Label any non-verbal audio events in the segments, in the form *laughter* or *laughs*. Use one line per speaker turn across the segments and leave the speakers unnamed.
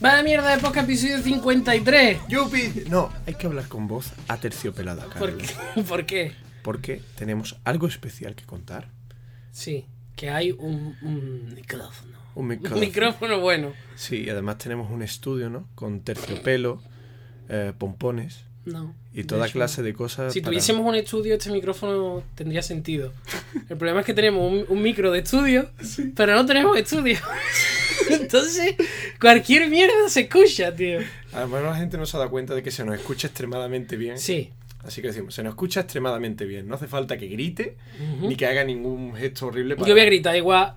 Vale mierda de podcast, episodio 53.
¡Yupi! No, hay que hablar con voz aterciopelada,
¿Por
Carlos.
qué? *laughs* ¿Por qué?
Porque tenemos algo especial que contar.
Sí, que hay un, un micrófono.
Un micrófono.
Un micrófono bueno.
Sí, y además tenemos un estudio, ¿no? Con terciopelo, eh, pompones
No.
y
de
toda
hecho,
clase de cosas.
Si
para-
tuviésemos un estudio, este micrófono tendría sentido. El problema es que tenemos un, un micro de estudio, pero no tenemos estudio. *laughs* Entonces, cualquier mierda se escucha, tío.
Además, la gente no se ha dado cuenta de que se nos escucha extremadamente bien.
Sí.
Así que decimos, se nos escucha extremadamente bien. No hace falta que grite ni que haga ningún gesto horrible. Para...
Yo voy a gritar igual,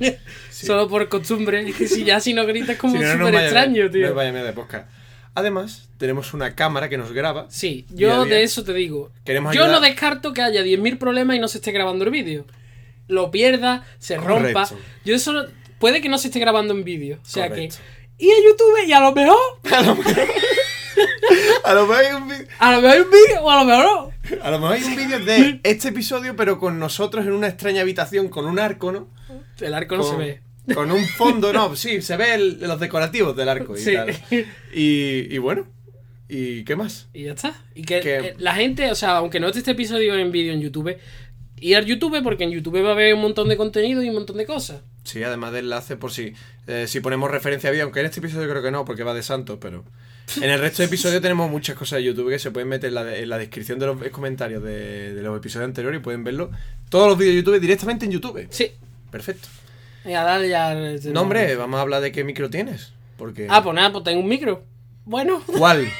Sí.
*laughs* solo por costumbre. Es que si ya si no gritas es como
Si no, no
súper
nos vaya-
extraño, tío.
No nos vaya mierda de podcast. Además, tenemos una cámara que nos graba.
Sí,
día a
yo
día.
de eso te digo.
Queremos
yo no
ayudar.
descarto que haya 10.000 problemas y no se esté grabando el vídeo. Lo pierda, se rompa.
Correcto.
Yo eso no- puede que no se esté grabando en vídeo. O sea
Correcto.
que. Y a YouTube, y a lo mejor.
A lo mejor hay un vi-
A lo mejor hay un vídeo, o a lo mejor no.
a lo mejor hay un vídeo de este episodio, pero con nosotros en una extraña habitación con un arco, ¿no?
El arco no
Con,
se ve.
con un fondo, no, sí, se ve el- los decorativos del arco y
Sí.
tal. Y, y bueno, ¿y qué más?
Y ya está. Y que,
Que-
eh, la gente, o sea, aunque no esté este episodio en vídeo en YouTube, ir al YouTube porque en YouTube va a haber un montón de contenido y un montón de cosas.
Sí, además de enlace por si, eh, si ponemos referencia a vídeo, aunque en este episodio creo que no, porque va de santos, pero en el resto de episodios tenemos muchas cosas de YouTube que se pueden meter en la, en la descripción de los comentarios de, de los episodios anteriores y pueden verlo todos los vídeos de YouTube directamente en YouTube.
Sí.
Perfecto.
Ya, dale ya.
No, hombre, vamos a hablar de qué micro tienes, porque...
Ah, pues nada, pues tengo un micro. Bueno.
¿Cuál?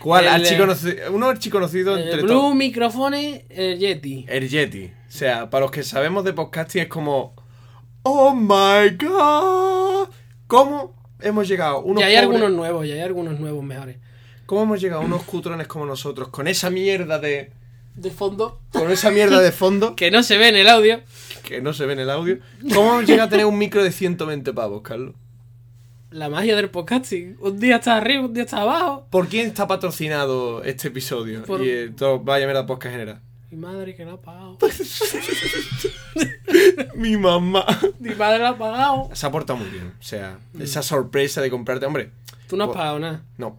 ¿Cuál?
El,
Archiconoci- uno archiconocido
Eh,
entre
Blue
todos.
Microphone eh, Yeti.
El Yeti. O sea, para los que sabemos de podcasting es como... ¡Oh, my God! ¿Cómo hemos llegado? Unos
Ya hay
pobres-
algunos nuevos, ya hay algunos nuevos mejores.
¿Cómo hemos llegado a unos cutrones como nosotros? Con esa mierda de...
De fondo.
Con esa mierda de
*laughs*
fondo
Que no se ve en el audio.
que no se ve en el audio. ¿Cómo hemos llegado a tener un micro de 120 pavos, Carlos?
La magia del podcasting. Un día está arriba, un día está abajo.
¿Por quién está patrocinado este episodio?
Por-
Y eh, todo, vaya mierda podcast genera.
Mi madre que no ha pagado.
*laughs* Pues, Mi mamá.
Mi madre la ha pagado.
Se ha portado muy bien. O sea,
Mm.
esa sorpresa de comprarte... Hombre,
Tú no has
Por-
pagado nada.
No.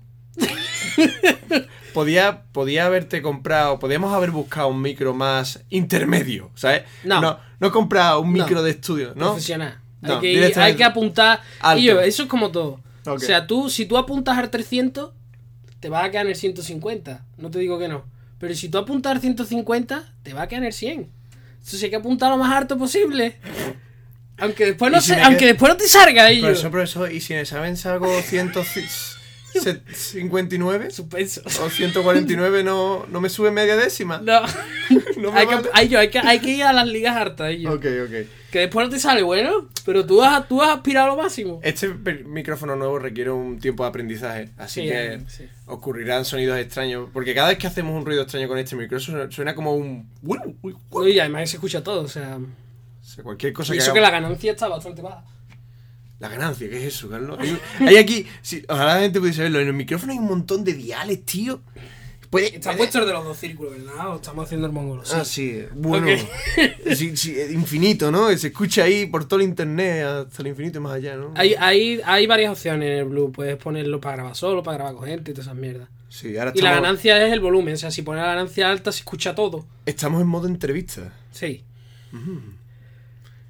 *laughs*
podía, podía haberte comprado, podíamos haber buscado un micro más intermedio, ¿sabes?
No.
No, no comprar un micro
No.
de estudio, ¿no?
Profesional.
No,
hay, que, ir-
directamente-
hay que apuntar.
Alto.
Y yo, eso es como todo.
Ok.
O sea, tú, si tú apuntas al 300, te vas a quedar en el 150. No te digo que no. Pero si tú apuntas al 150, te va a quedar en el 100. Entonces hay que apuntar lo más alto posible. Aunque después
Y
no,
si
se-
me
aunque
qued-
después no te salga eh, ello.
Profesor, profesor, ¿y si en el examen salgo 159
Suspenso.
o 149 no, no me sube media décima?
*laughs* No.
No me
hay, que,
mate.
ay, yo, hay, que, hay que ir a las ligas hartas ello.
Ok, ok.
Que después no te sale bueno, pero tú has, tú has aspirado a lo máximo.
Este per- micrófono nuevo requiere un tiempo de aprendizaje, así
Sí, eh,
que
sí.
ocurrirán sonidos extraños, porque cada vez que hacemos un ruido extraño con este micrófono suena, suena como un...
Y además se escucha todo, o sea.
O sea, cualquier cosa
Y
que,
eso
hagamos-
que la ganancia está bastante baja.
La ganancia, ¿qué es eso, Carlos? Hay, hay aquí, si, ojalá la gente pudiese verlo, en el micrófono hay un montón de diales, tío. Puede,
Está puesto el de los dos círculos, ¿verdad? O estamos haciendo el mongolo. Sí.
Eh, Ah, sí, bueno.
Ok.
*laughs* Sí, sí, infinito, ¿no? Se escucha ahí por todo el internet hasta el infinito y más allá, ¿no?
Hay, hay, hay varias opciones en el Blue. Puedes ponerlo para grabar solo, para grabar con gente y todas esas mierdas.
Sí, ahora
Y la
estamos,
ganancia es el volumen. O sea, si pones la ganancia alta, se escucha todo.
estamos en modo entrevista.
Sí.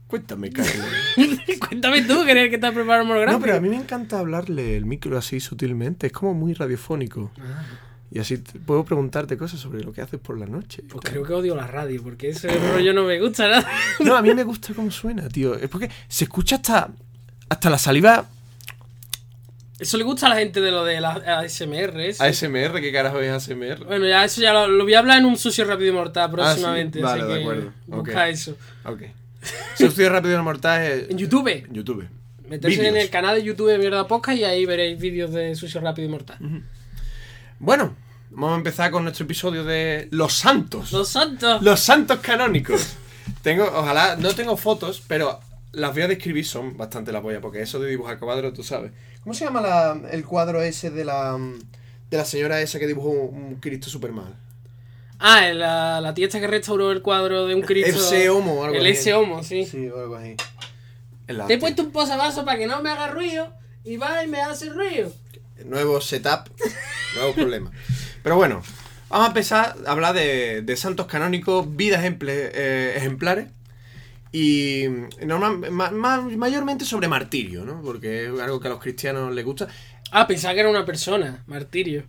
Cuéntame, Carlos.
*laughs* Cuéntame tú, querer que estás preparado el monográfico.
No, pero a mí me encanta hablarle el micro así sutilmente, es como muy radiofónico.
Ah.
Y así te- puedo preguntarte cosas sobre lo que haces por la noche. y
Pues
tal.
creo que odio la radio, porque ese rollo no me gusta nada. *laughs*
No, a mí me gusta cómo suena, tío. Es porque se escucha hasta, hasta la saliva
Eso le gusta a la gente de lo de la ASMR. eso.
ASMR, ¿qué carajo es ASMR?
Bueno, ya eso ya lo, lo voy a hablar en un sucio rápido y mortal próximamente.
Ah, sí. Vale,
así
de
que
acuerdo.
Busca
Ok.
eso.
*laughs* Ok. Sucio rápido y mortal es
En YouTube.
en YouTube.
Meterse en
Vídeos.
el canal de YouTube de Mierda Podcast y ahí veréis vídeos de Sucio Rápido y Mortal.
Bueno, vamos a empezar con nuestro episodio de Los Santos.
¡Los santos!
Los Santos Canónicos. tengo, ojalá, no tengo fotos, pero las voy a describir, son bastante la polla, porque eso de dibujar cuadros, tú sabes. ¿Cómo se llama la- el cuadro ese de la, mm, de la señora esa que dibujó un Cristo Superman?
Ah, la, la tía esta que restauró el cuadro de un Cristo.
Ese homo o algo
El
así.
ese homo, sí.
Sí, o algo así. El
Te he
arte.
puesto un posavasos para que no me haga ruido y va y me hace ruido.
Nuevo setup, nuevo problema. Pero bueno, vamos a empezar a hablar de, de santos canónicos, vidas emple- eh, ejemplares. Y normal- ma- ma- mayormente sobre martirio, ¿no? Porque es algo que a los cristianos les gusta.
Ah, pensaba que era una persona. Martirio.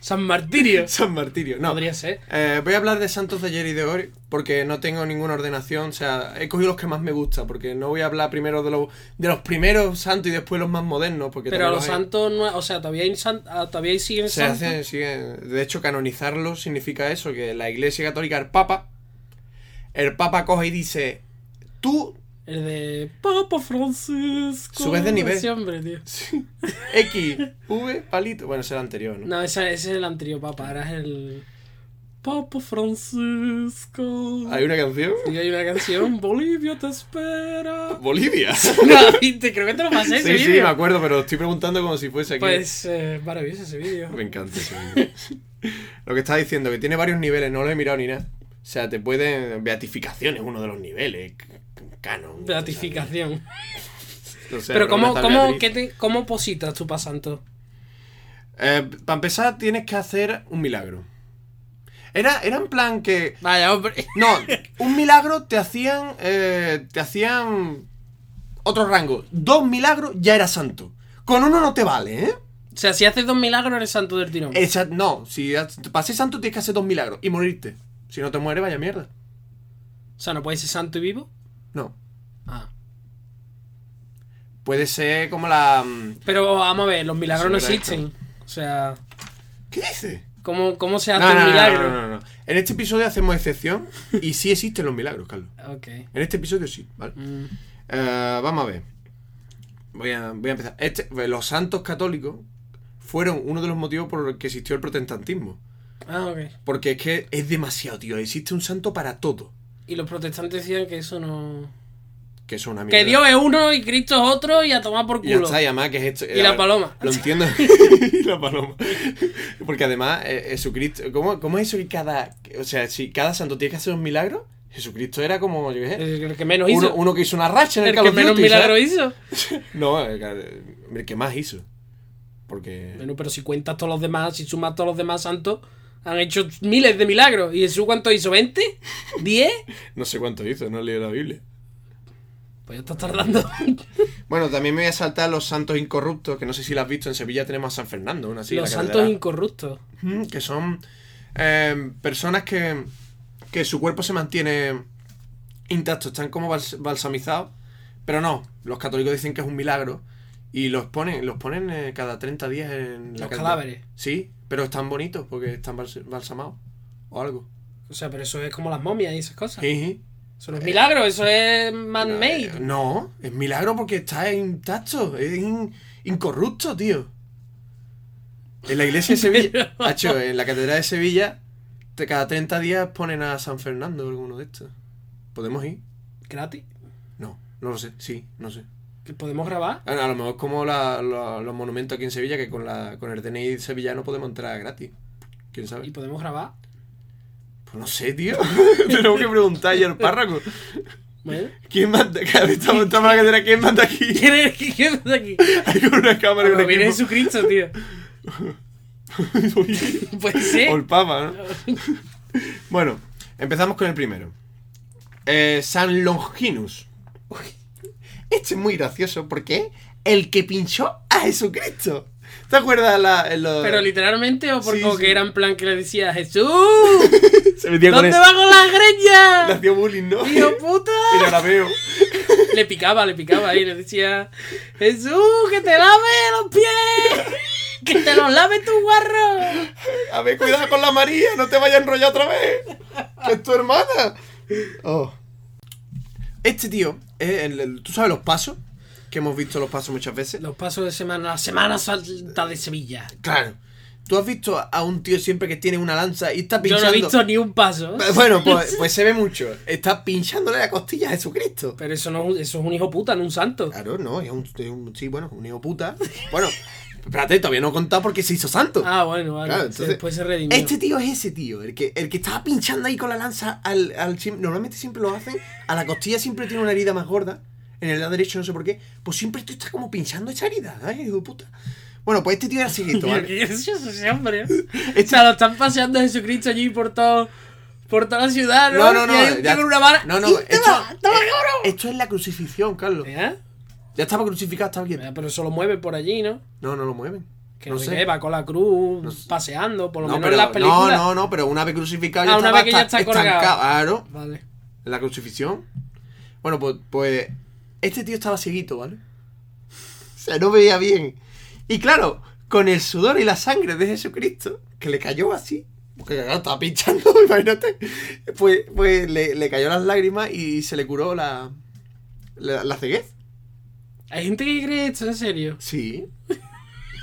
San Martirio.
San Martirio, no.
Podría ser.
Eh, voy a hablar de santos de ayer y de hoy porque no tengo ninguna ordenación. O sea, he cogido los que más me gustan. Porque no voy a hablar primero de los, de los primeros santos y después los más modernos. Porque
Pero a
también
los
hay.
santos no. O sea, todavía, hay san- ah, todavía hay- siguen
Se
santos.
hacen, siguen- de hecho, canonizarlos significa eso: que la iglesia católica, el papa, el papa coge y dice: Tú,
El de Papa Francisco.
Subes de nivel.
Ese hombre, tío.
X, V, palito. Bueno, ese era anterior, ¿no?
No, ese, ese es el anterior papa. Ahora es el. Papa Francisco.
Hay una canción.
Y hay una canción. Bolivia te espera.
*laughs*
*laughs*
Bolivia.
No, viste, creo que te lo pasé ese
sí, sí, me
vídeo.
acuerdo, pero estoy preguntando como si fuese aquí.
pues eh, maravilloso ese vídeo.
Me encanta ese vídeo. Lo que está diciendo, que tiene varios niveles, no lo he mirado ni nada. O sea, te pueden. Beatificación es uno de los niveles. c- Canon.
Beatificación.
O sea,
Pero ¿cómo,
Renata
cómo,
Beatriz.
qué te- ¿cómo positas tú para santo?
Eh, para empezar, tienes que hacer un milagro. Era, era en plan que.
Vaya, hombre.
No, un milagro te hacían. eh, te hacían. Otro rango. Dos milagros ya era santo. Con uno no te vale, ¿eh?
O sea, si haces dos milagros eres santo del tirón.
Esa- no, si has- para ser santo tienes que hacer dos milagros y morirte. Si no te mueres, vaya mierda.
O sea, ¿no puedes ser santo y vivo?
No.
Ah.
Puede ser como la. mm,
Pero vamos a ver, los milagros no
Sí, correcto.
existen. O sea,
¿Qué dices?
¿cómo, cómo se
No,
hace
no,
un
no, no,
milagro?
no, no, no. En este episodio hacemos excepción y sí existen los milagros, Carlos.
Ok.
En este episodio sí, ¿vale?
Mm.
Eh, vamos a ver. Voy a, voy a empezar. Este- los santos católicos fueron uno de los motivos por los que existió el protestantismo.
Ah, ok.
Porque es que es demasiado, tío. Existe un santo para todo.
Y los protestantes decían que eso no...
Que es una mierda.
Que Dios es uno y Cristo es otro y a tomar por
Y ya
culo.
está, y además que es esto.
Y la
a ver,
paloma. *laughs*
Lo entiendo. *laughs* y la paloma. Porque además, eh, Jesucristo. ¿cómo, ¿Cómo es eso que cada. O sea, si cada santo tiene que hacer un milagro, Jesucristo era como, yo qué sé.
El que menos hizo.
¿eh? Uno, uno que hizo una racha en el,
el
Call
que
of
menos
Duty,
milagro
¿sabes?
hizo.
No, el que, el que más hizo. Porque.
Bueno, pero si cuentas todos los demás, si sumas todos los demás santos, han hecho miles de milagros. ¿Y Jesús cuánto hizo? ¿20? ¿10?
No sé cuánto hizo, no he leído la Biblia.
Pues ya estás
*laughs*
tardando.
Bueno, también me voy a saltar los santos incorruptos, que no sé si lo has visto. En Sevilla tenemos a San Fernando, una así. en la
los santos
catedral.
incorruptos.
Mm, que son eh, personas que, que su cuerpo se mantiene intacto, están como bals- balsamizados, pero no, los católicos dicen que es un milagro y los ponen, los ponen eh, cada 30 días en la
Los
catedral.
cadáveres.
Sí, pero están bonitos porque están bals- balsamados o algo.
O sea, pero eso es como las momias y esas cosas.
Sí, sí.
Eso no es milagro, eso es
Eh,
man-made.
No, es milagro porque está intacto, es in- incorrupto, tío. En la iglesia de Sevilla, Hacho, en la catedral de Sevilla, te- cada 30 días ponen a San Fernando o alguno de estos. ¿Podemos ir?
Gratis.
No, no lo sé, sí, no sé.
Que podemos grabar.
A, a lo mejor es como la- la- los monumentos aquí en Sevilla, que con, la, con el DNI sevillano podemos entrar gratis. ¿Quién
Y
sabe?
podemos grabar.
Pues no sé, tío. *laughs* Tenemos que preguntar ya al párraco.
Bueno.
¿Quién manda? Estamos, estamos en la catedral, *laughs* ¿quién manda
*laughs*
aquí?
¿Quién es quién es de *laughs* aquí?
Hay con una cámara y
Pero
un
viene
equipo.
Jesucristo,
*laughs*
tío. Puede
O el
ser.
Papa, ¿no? Bueno, empezamos con el primero. Eh, San Longinus. Este es muy gracioso porque el que pinchó a Jesucristo. ¿Te acuerdas la, en
*laughs*
los-
Pero literalmente o porque
Sí, sí.
que era en plan que le decía
*laughs*
Jesús,
Se metía con
¿dónde
él.
va con las
*laughs*
*laughs*
Le
greñas?
hacía bullying, ¿no?
¡Tío puta!
*laughs* Y la grabeo.
Le picaba, le picaba ahí, le decía, Jesús, que te lave los pies, *laughs* que te los lave tu guarro.
A ver, cuidado con la María, no te vayas a enrollar otra vez. Que es tu hermana. Oh. Este tío, eh, el- el- ¿tú sabes los pasos? Que hemos visto los pasos muchas veces.
Los pasos de semana, la semana santa de Sevilla.
Claro. ¿Tú has visto a un tío siempre que tiene una lanza y está
Yo
pinchando?
no he
*laughs*
visto ni un paso.
Bueno,
*laughs*
pues, pues se ve mucho. Está pinchándole la costilla a Jesucristo.
Pero eso no, eso es un hijo puta, no un santo.
Claro, no, es un, es un- sí, bueno, un hijo puta. Bueno, espérate, todavía no he contado porque se hizo santo.
Ah, bueno, vale.
Claro,
Se-
entonces,
después se redimió. *laughs*
Este tío es ese tío, el que, el que estaba pinchando ahí con la lanza al, al chim- Normalmente siempre lo hacen. A la costilla siempre tiene una herida más gorda. en el lado derecho, no sé por qué, pues siempre tú estás como pinchando esa herida, ¿eh? Hijo de puta. Bueno, pues este tío era
*laughs*
así, ¿vale?
¿Qué es eso, ese hombre? O
Este-
sea, lo están paseando a Jesucristo allí por todo. Por toda la ciudad, ¿no?
No, no, no.
Y hay un tío
ya-
con una vara.
No, no,
¡Y
esto,
te va! ¡Toma, cabrón!
esto es la crucifixión, Carlos.
¿Eh?
Ya estaba crucificado, estaba quieto.
Pero solo mueve por allí, ¿no?
No, no lo mueven.
Que
no
no
sé.
lleva con la cruz,
No sé.
paseando, por lo
No,
menos
pero,
en las
no,
películas.
no, no, pero una vez crucificado ya
Ah, una
estaba
vez que ya
esta-
está colgado.
estancado. Claro,
Vale.
en la crucifixión. Bueno, pues, pues este tío estaba cieguito, ¿vale? O sea, no veía bien. Y claro, con el sudor y la sangre de Jesucristo, que le cayó así, porque claro, estaba pinchando, *laughs* imagínate, pues, pues le, le cayó las lágrimas y se le curó la, la, la ceguez.
Hay gente que cree esto, en serio.
Sí. *laughs*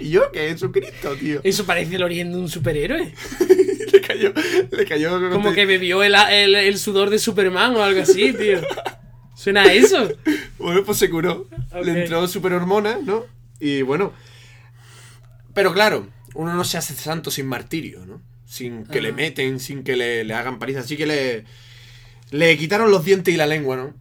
y yo, que Jesucristo, tío.
Eso parece el origen de un superhéroe.
le cayó, le cayó. este
Como que bebió el, el- el sudor de Superman o algo así, tío. Suena a eso.
Bueno, pues se curó.
Ok.
Le entró superhormonas, ¿no? Y bueno. Pero claro, uno no se hace santo sin martirio, ¿no? Sin que le
Ajá.
meten, sin que le, le hagan paliza. Así que le, le quitaron los dientes y la lengua, ¿no?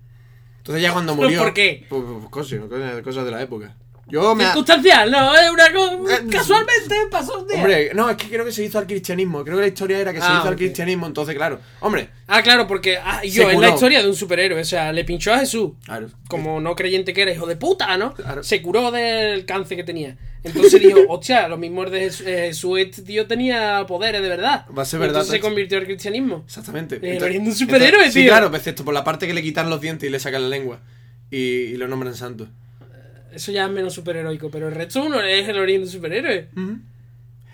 Entonces ya cuando
*laughs*
murió...
¿Por qué?
Pues, pues, cosas, cosas- cosas de la época. Yo me...
Circunstancial, no, es una cosa.
Eh,
Casualmente pasó un día.
Hombre, no, es que creo que se hizo al cristianismo. Creo que la historia era que se
Ah,
hizo al
ok.
cristianismo. Entonces, claro. Hombre.
Ah, claro, porque ah, yo,
Se
es la
curó.
historia de un superhéroe. O sea, le pinchó a Jesús.
Claro.
Como no creyente que era, hijo de puta, ¿no?
Eh. Claro.
Se curó del cáncer que tenía. Entonces
*laughs*
dijo, hostia, lo mismo es de Jesús, eh, Jesús, este tío tenía poderes de verdad.
Va a ser verdad,
Entonces se
tacho.
convirtió al cristianismo.
Exactamente.
Eh,
Entonces-
origen de un superhéroe,
entonces- sí,
tío.
claro, excepto por la parte que le quitan los dientes y le sacan la lengua. Y, y lo nombran santo.
Eso ya es menos superheroico, pero el resto uno es el origen de un superhéroe.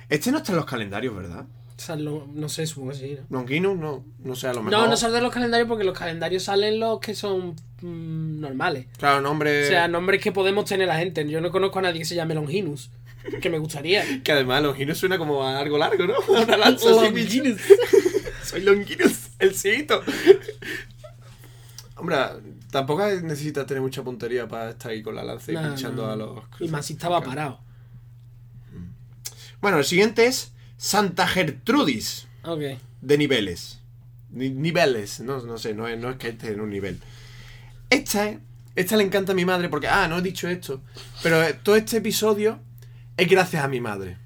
Este no está en los calendarios, ¿verdad?
O sea, lo- no sé, supongo que sí. ¿no?
Lonquino, no, no sé, a lo mejor.
No, no salen de los calendarios porque los calendarios salen los que son mm, normales.
Claro, nombre.
O sea, nombres que podemos tener la gente. Yo no conozco a nadie que se llame Longinus, que me gustaría.
Que además Longinus suena como a algo largo, ¿no? *laughs* A Una *laughs* lanza
*laughs*
así,
Longinus.
Soy Longinus, el cieguito. *laughs* Hombre, tampoco necesitas tener mucha puntería para estar ahí con la lanza y
No,
pinchando
no.
a los.
Y más si estaba parado.
Bueno, el siguiente es Santa Gertrudis.
Ok.
de niveles. Ni- niveles, no, no sé, no es, no es que esté en un nivel. Esta es. Esta le encanta a mi madre porque. Ah, no he dicho esto. Pero eh, todo este episodio es gracias a mi madre.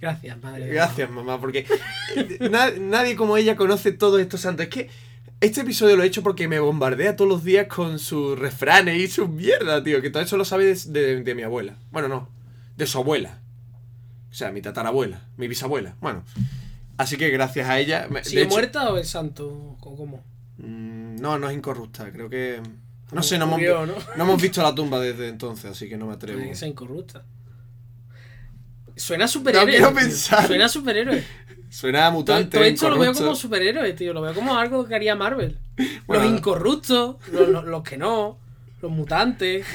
Gracias, madre. de
Gracias, mamá, porque *laughs* na- nadie como ella conoce todos estos santos. Es que este episodio lo he hecho porque me bombardea todos los días con sus refranes y sus mierdas, tío. Que todo eso lo sabe de, de- de mi abuela. Bueno, no, de su abuela. O sea, mi tatarabuela, mi bisabuela. Bueno, así que gracias a ella. me-
Dios.
de
¿Sigue
hecho-
muerta o es santo? ¿O cómo?
Mm, No, no es incorrupta, creo que... No sé, no hemos,
Murió,
vi-
¿no?
no hemos visto la tumba desde entonces, así que no me atrevo.
Tiene que ser incorrupta. Suena a superhéroe.
No quiero
tío.
pensar.
Suena a superhéroe.
Suena a
Todo,
mutante,
todo esto lo veo
incorrupto.
como superhéroe, tío. Lo veo como algo que haría
*laughs*
Marvel.
Bueno,
los incorruptos, los, los- los que no, los
*laughs*
mutantes.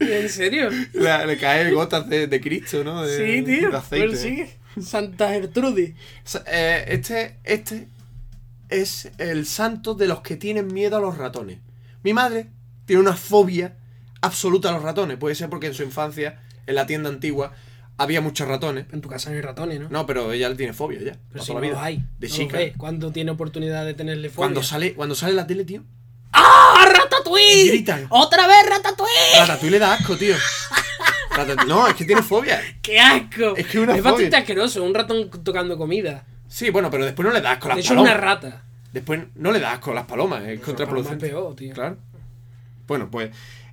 ¿En serio?
La- *laughs* le caen gotas de, de Cristo, ¿no? De-
Sí, tío.
de aceite. eh.
Pero sigue. Santa Gertrudis.
O sea, eh, este, este es el santo de los que tienen miedo a los ratones. Mi madre tiene una fobia absoluta a los ratones. Puede ser porque en su infancia, en la tienda antigua, había muchos ratones.
En tu casa no hay ratones, ¿no?
No, pero ella le tiene fobia ya.
Pero
para
si
toda
no
la
los
vida.
hay. no
De
los
chica.
ve. ¿Cuándo tiene oportunidad de tenerle fobia?
Cuando sale, cuando sale la tele, tío.
¡Ah, Ratatouille!
Y gritan.
¡Otra vez Ratatouille!
Ratatouille le da asco, tío. Ratatouille- No, es que tiene fobia.
¡Qué asco!
Es que una fobia.
bastante asqueroso, un ratón tocando comida.
Sí, bueno, pero después no le da asco a las
de hecho, es
palomas.
una rata.
Después no le da asco a las palomas, es
Más
contraproducente.
peor, tío.
Claro. Bueno, pues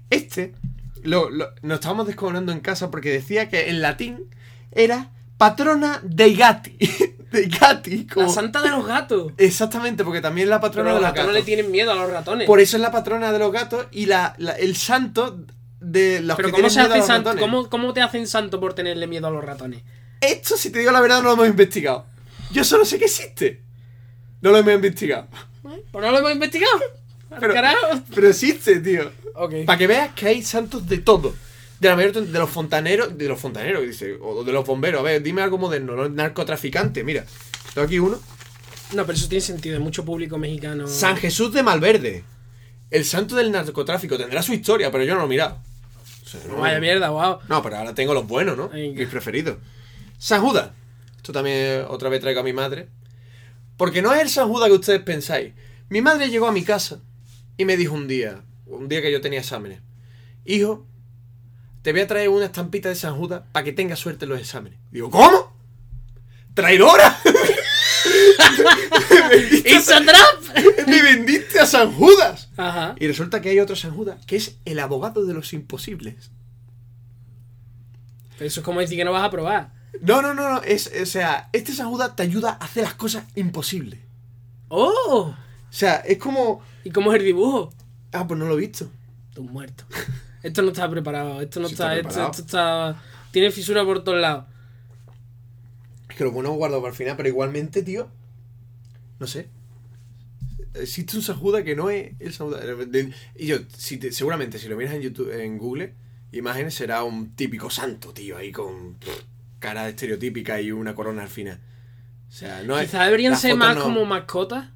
este lo, lo- nos estábamos descojonando en casa porque decía que en latín era patrona dei gatti. *laughs* dei gatti, como-
La santa de los gatos.
Exactamente, porque también es la
Pero
patrona
los
de los
gatos no le
gatos.
tienen miedo a los ratones.
Por eso es la patrona de los gatos y la, la- el santo de los
Pero
que
¿cómo,
tienen
se
miedo a
hace
los
santo?
ratones.
¿Cómo, ¿Cómo te hacen santo por tenerle miedo a los ratones?
Esto, si te digo la verdad, no lo hemos investigado. Yo solo sé que existe. No lo hemos investigado.
¿Eh? Pues no lo hemos investigado. Al
Pero,
carajo.
pero existe, tío.
Ok.
Para que veas que hay santos de todo. De la mayor de los fontaneros, de los fontaneros, dice, o de los bomberos. A ver, dime algo moderno, los narcotraficantes. Mira, tengo aquí uno.
No, pero eso tiene sentido. Hay mucho público mexicano.
San Jesús de Malverde. El santo del narcotráfico. Tendrá su historia, pero yo no lo he mirado. O sea, no-
Vaya mierda,
*laughs*
wow.
No, pero ahora tengo los buenos, ¿no?
Venga.
Mis preferidos. San Judas. Esto también otra vez traigo a mi madre. Porque no es el San Judas que ustedes pensáis. Mi madre llegó a mi casa Y me dijo un día, un día que yo tenía exámenes, hijo, te voy a traer una estampita de San Judas para que tengas suerte en los exámenes. Digo, ¿cómo? ¡Traidora! *laughs* Me vendiste a
¡It's a trap!
San- ¡Me vendiste a San Judas!
Ajá.
Y resulta que hay otro San Judas que es el abogado de los imposibles.
Pero eso es como decir que no vas a probar.
No, no, no, no. Es, o sea, este San Judas te ayuda a hacer las cosas imposibles.
¡Oh!
O sea, es como.
¿Y cómo es el dibujo?
Ah, pues no lo he visto.
Tú
*laughs*
muerto. Esto no está preparado. Esto no
Sí
está.
está
esto-
preparado.
esto está. Tiene fisura por todos lados.
Es que lo bueno guardado para el final, pero igualmente, tío. No sé. Existe un San Judas que no es el San Judas. De- Y yo, si te- seguramente, si lo miras en YouTube, en Google, imágenes será un típico santo, tío, ahí con pff, cara estereotípica y una corona al final. O sea, no es.
Quizás deberían
las
ser
fotos
más
no-
como mascotas.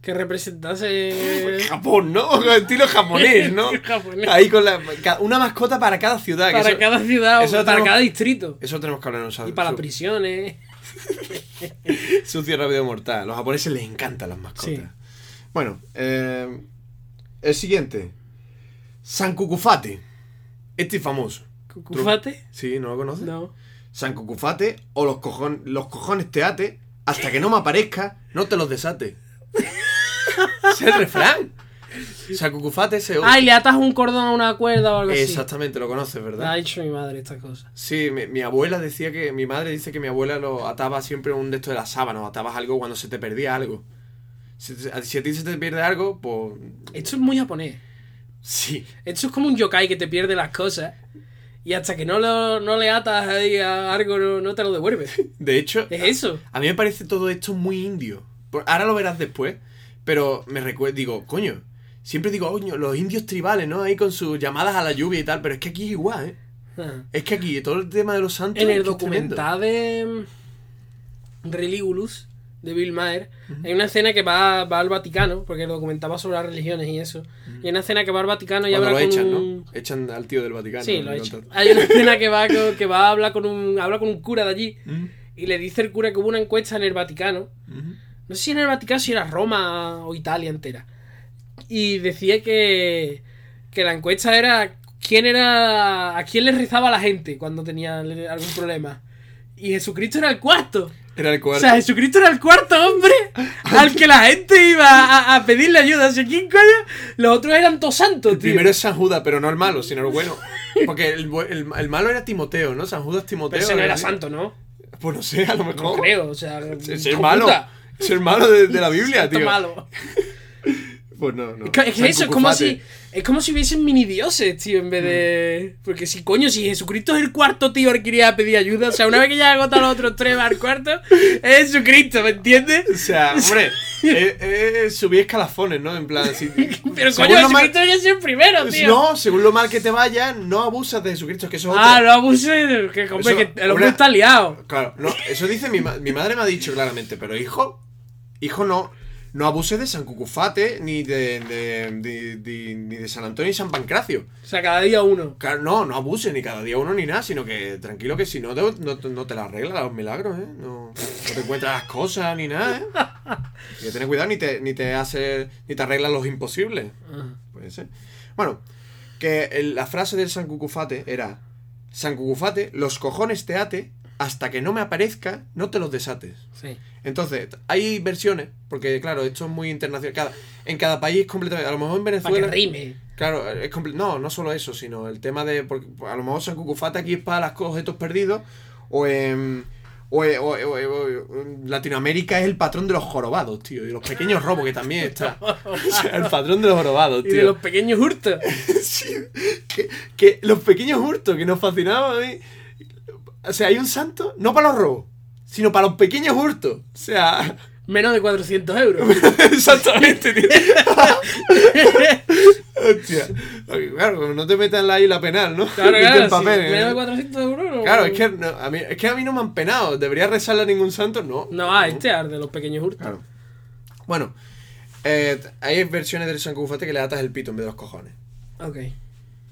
Que representase.
Japón, ¿no? *laughs* Con Estilo japonés, ¿no?
*laughs* Japonés.
*laughs* Ahí con la, ca- una mascota para cada ciudad. que
para
eso,
cada ciudad o
eso lo
para
tenemos-
cada distrito.
eso lo tenemos que hablar nosotros.
Y para las
Su-
prisiones.
Sucio, rápido, mortal. A los japoneses les encantan las mascotas.
Sí.
Bueno, eh, el siguiente. San Cucufate. Este es famoso.
¿Cucufate?
¿Sí? ¿No lo conoces?
No.
San Cucufate o los, cojon- los cojones te ate, hasta que no me aparezca, no te
*laughs*
los desate. Ese es el refrán. San Cucufate se...
Ah, y le atas un cordón a una cuerda o algo así.
Exactamente, lo conoces, ¿verdad?
Ha hecho mi madre estas cosas.
Sí, mi, mi abuela decía que, mi madre dice que mi abuela lo ataba siempre un de estos de la sábana, o atabas algo cuando se te perdía algo. Si, si a ti se te pierde algo, pues
Esto es muy japonés.
sí.
Esto es como un yokai que te pierde las cosas. Y hasta que no, lo, no le atas ahí a algo, no, no te lo devuelve.
De hecho,
Es eso.
a mí me parece todo esto muy indio. Por- Ahora lo verás después, pero me recuerdo, digo, coño, siempre digo, coño, los indios tribales, ¿no? Ahí con sus llamadas a la lluvia y tal, pero es que aquí es igual, ¿eh?
Ah.
Es que aquí todo el tema de los santos...
En
es
el
que es tremendo.
documental de mm, Religulus de Bill Maher hay una escena que va, va al Vaticano, porque el documental va sobre las religiones y eso. Y hay una escena que va al Vaticano y
Cuando
habla
lo
con
echan,
un-
¿no? Echan al tío del Vaticano.
Sí,
¿no?
lo echan.
Entonces-
Hay una escena que va, con- que va a hablar con un, habla con un cura de allí
Mm,
y le dice el cura que hubo una encuesta en el Vaticano
mm.
no sé si en el Vaticano, si era Roma o Italia entera. Y decía que, que la encuesta era quién era a quién le rezaba la gente cuando tenía algún problema. Y Jesucristo era el cuarto.
Era el
O
cuarto.
sea, Jesucristo era el cuarto hombre al que la gente iba a, a pedirle ayuda. O sea, ¿quién coño? Los otros eran todos santos,
El
tío.
primero es San Judas, pero no el malo, sino el bueno. Porque el, bu- el- el malo era Timoteo, ¿no? San Judas Timoteo.
Pero ese no era
¿eh?
santo, ¿no?
Pues no sé, a lo
No
mejor.
creo, o sea...
Es el
hijo
malo.
puta,
Es el malo de, de la Biblia,
santo
tío.
malo.
Pues no, no.
Es que- Es que
San
eso es como
Cucufate.
si. Es como si hubiesen mini dioses, tío, en vez de. Porque si, coño, si Jesucristo es el cuarto tío al que iría a pedir ayuda, o sea, una vez que ya agota los otros tres va al cuarto, es Jesucristo, ¿me entiendes?
O sea,
*laughs*
hombre, eh, eh, subí escalafones, ¿no? En plan, si,
Pero
según
coño,
lo mal-
Jesucristo ya es el primero, tío.
No, según lo mal que te vaya, no abusas de Jesucristo, que eso es
Ah,
otra-
no abuse, que, hombre,
Eso-
que el hombre
una-
está liado.
Claro, no, eso dice mi, ma- mi madre me ha dicho claramente, pero hijo, hijo no, no abuses de San Cucufate, ni de, de- de- de- ni de San Antonio y San Pancracio.
O sea, cada día uno.
Claro, no, no abuses ni cada día uno ni nada, sino que tranquilo que si no, te- no, te- no te la arreglas los milagros, ¿eh? No, no te encuentras las cosas ni nada, ¿eh? Y que tener cuidado, ni te, ni te hace, ni te arreglas los imposibles.
Ah.
Puede ser. Bueno, que el- la frase del San Cucufate era: San Cucufate, los cojones te ate, hasta que no me aparezca, no te los desates.
Sí.
Entonces, hay versiones, porque claro, esto es muy internacional. Cada- en cada país completamente. A lo mejor en
Para que
Venezuela.
rime.
Claro, eh, es comple- no, no solo eso, sino el tema de. porque a lo mejor San Cucufate aquí es para las co- objetos perdidos, o en. O, en- o en- o en- o en Latinoamérica es el patrón de los jorobados, tío. Y los pequeños robos, que también
*laughs*
está. O sea, el patrón de los jorobados,
Y
tío.
de los pequeños hurtos.
Sí, que, que los pequeños hurtos que nos fascinaban a mí. O sea, hay un santo, no para los robos, sino para los pequeños hurtos. O sea, *laughs*
Menos de 400 euros. *laughs*
exactamente, tío. Hostia. Porque, Claro, como no te metan en la isla penal, ¿no? *laughs*
Claro,
Ni te
claro. sí,
empapelen,
menos de
¿eh?
400 euros. no-
Claro, es que, no, a mí, es que a mí no me han penado. ¿Debería rezarle a ningún santo? No.
No, ah, este arde, los pequeños hurtos.
Claro. Bueno, eh, hay versiones del San Cufate que le atas el pito en vez de los cojones.
Ok.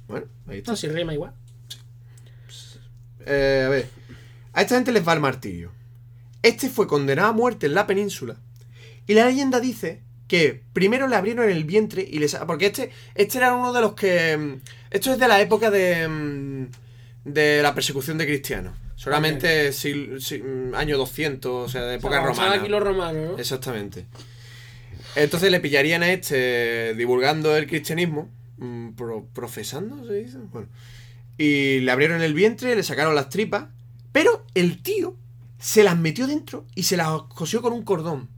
Bueno, ahí está.
No, si rima igual.
Eh, a ver. A esta gente les va el martirio. Este fue condenado a muerte en la península. Y la leyenda dice que primero le abrieron el vientre y les... Porque este, este era uno de los que... mm, Esto es de la época de, mm, de la persecución de cristianos. Solamente siglo- si- mm, año 200, o sea, de
O sea,
época
vamos a
romana.
aquí los romanos, ¿no?
Exactamente. Entonces le pillarían a este divulgando el cristianismo, mm, pro- profesando, se dice. Bueno, y le abrieron el vientre, le sacaron las tripas, pero el tío se las metió dentro y se las cosió con un cordón.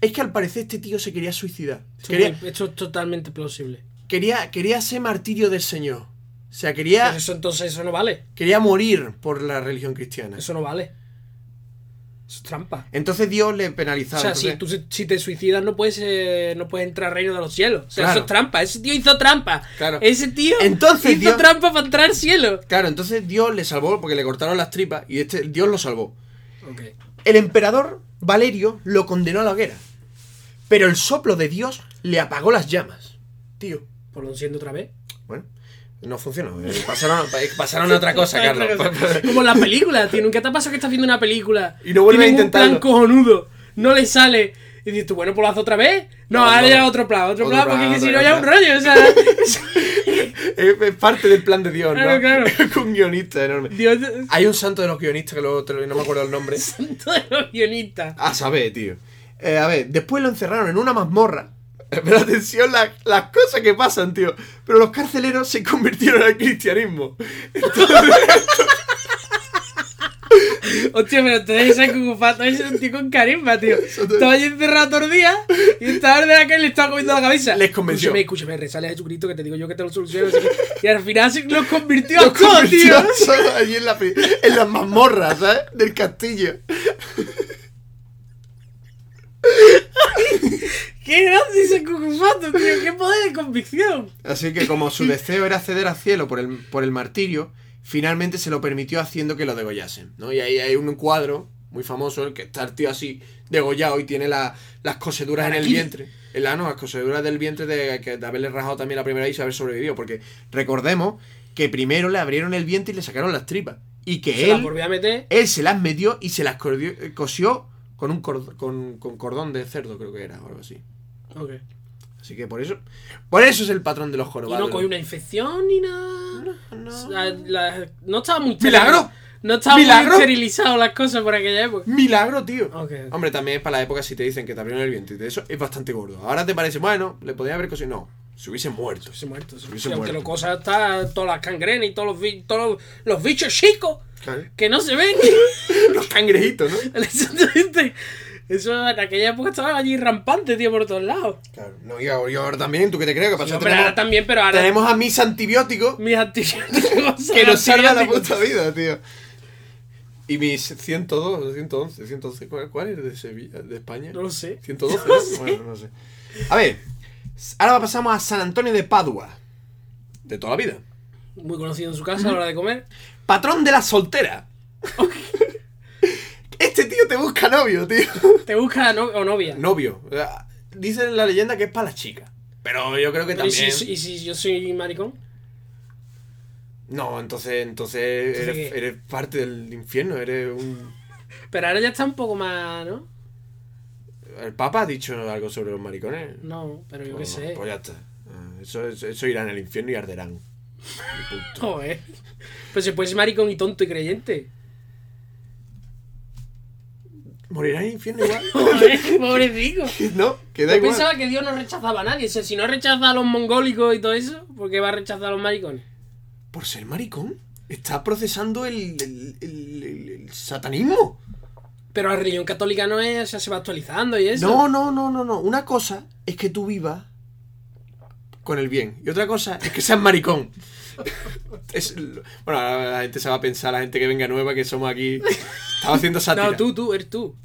Es que al parecer este tío se quería suicidar.
Sí,
Quería,
Esto es totalmente plausible.
quería, quería ser martirio del Señor. O sea,
Pues
quería,
eso entonces eso no vale.
quería morir por la religión cristiana.
Eso no vale. Eso es trampa.
Entonces Dios le
O
penalizaba.
sea, si,
entonces-
tú, si te suicidas no puedes eh, no puedes entrar al reino de los cielos. O sea,
Claro.
eso es trampa. Ese tío hizo trampa.
Claro.
Ese tío
Entonces,
hizo
Dios-
trampa para entrar al cielo.
Claro, entonces Dios le salvó porque le cortaron las tripas y este Dios lo salvó.
Ok.
El emperador Valerio lo condenó a la hoguera. Pero el soplo de Dios le apagó las llamas. Tío.
Por lo siento otra vez.
Bueno, no funcionó. eh, Pasaron, pasaron a otra cosa, Carlos.
Como en las películas, tío. Nunca te ha pasado que estás viendo una película.
*laughs* Y no vuelve
tienen
a
un plan
intentarlo.
cojonudo. No le sale. Y dices tú, bueno, pues lo haz otra vez. No,
No,
ahora
no.
ya otro plan. Otro,
Otro
plan, porque
plan,
es que si no
otra
ya es un
cosa.
rollo. O sea,
*laughs* *laughs* es, es parte del plan de Dios, ¿no?
Claro, claro.
*laughs* Es un guionista enorme.
Dios *laughs*
Hay un santo de los guionistas que luego te lo- no me acuerdo el nombre.
santo de los guionistas.
A saber, tío. Eh, a ver, después lo encerraron en una mazmorra. *laughs* Pero atención la- las cosas que pasan, tío. Pero los carceleros se convirtieron al cristianismo.
Hostia, pero tú eres ese cucufato, ese es un tío con carisma, tío. Estaba allí encerrado todo el día y estaba de aquel le estaba comiendo la cabeza.
Les convenció.
Escúchame, escúchame, rezale a Jesucristo que te digo yo que te lo soluciono. así que- Y al final se los convirtió a *laughs*
Los
todos, tío.
convirtió solo allí en, la, pri- en las mazmorras, ¿sabes? Del castillo.
Qué grande ese cucufato, tío. Qué poder de convicción.
Así que como su deseo era acceder al cielo por el, por el martirio, finalmente se lo permitió haciendo que lo degollasen, ¿no? Y ahí hay un cuadro muy famoso, el que está el tío así degollado y tiene la- las coseduras en el
Harakiri.
vientre. El ano, las coseduras del vientre de, que- de haberle rajado también la primera vez y haber sobrevivido. Porque recordemos que primero le abrieron el vientre y le sacaron las tripas. Y que
Se
él...
la volví a meter.
Él se las metió y se las cordió- cosió con un cord- con, con cordón de cerdo, creo que era, o algo así.
Ok.
Así que por eso. Por eso es el patrón de los
Y
jorobados.
no cogió una infección ni nada.
No.
La- la- no estaba muy
¡Milagro!
No estaba muy
¡Milagro!
esterilizado las cosas por aquella época.
Milagro, tío.
Ok.
Hombre, también es para la época si te dicen que te abrieron el vientre y de eso es bastante gordo. Ahora te parece, bueno, le podía haber cosido. No, se hubiese muerto.
Hubiese muerto. sí.
Hubiese
Y aunque
muerto.
lo cosa está todas las cangrenas y todos los, bi- todos los- los bichos chicos que no se ven.
*laughs* Los cangrejitos, ¿no?
Exactamente. Eso en aquella época estaba allí rampante, tío, por todos lados.
Claro. No, y ahora, y ahora también, ¿tú qué te crees? que pasa?
No, pero
tenemos,
ahora también, pero ahora
tenemos a mis antibióticos
mis *laughs*
*laughs*
antibióticos.
que nos salva la
antibióticos.
puta vida, tío. Y mis 102, 111, 111, ¿cuál, cuál es de Sevilla, de España?
No lo sé.
112, ¿no? Bueno, no sé. A ver, ahora pasamos a San Antonio de Padua. De toda la vida.
Muy conocido en su casa a la hora de comer.
Patrón de la soltera. este tío te busca
*laughs*
novio, tío.
Te busca no- o novia.
Novio. O sea, Dice la leyenda que es para las chicas. Pero yo creo que
Pero ¿y,
también.
si, y si yo soy maricón?
No, entonces, entonces
Entonces,
eres,
¿qué?
eres parte del infierno, eres un.
Pero ahora ya está un poco más, ¿no?
El Papa ha dicho algo sobre los maricones.
No, pero yo qué
Pues-
sé.
Pues ya está. Ah, Eso, eso, eso irán al infierno y arderán. Y punto.
Joder. Pues se puede ser maricón y tonto y
*laughs*
creyente.
Morirán en el infierno igual. *laughs*
Joder, pobrecito.
no, que da
Yo
igual.
pensaba que Dios no rechazaba a nadie. O sea, si no rechaza a los mongólicos y todo eso, ¿por qué va a rechazar a los maricones?
Por ser maricón, está procesando el, el- el- el- el satanismo.
Pero la religión católica no es, o sea, se va actualizando y eso.
No, no, no, no, no. Una cosa es que tú vivas con el bien. Y otra cosa es que seas maricón. *laughs* Es- bueno, ahora la gente se va a pensar, la gente que venga nueva, que somos aquí. Estaba haciendo sátira.
*laughs* No, tú, tú, eres tú.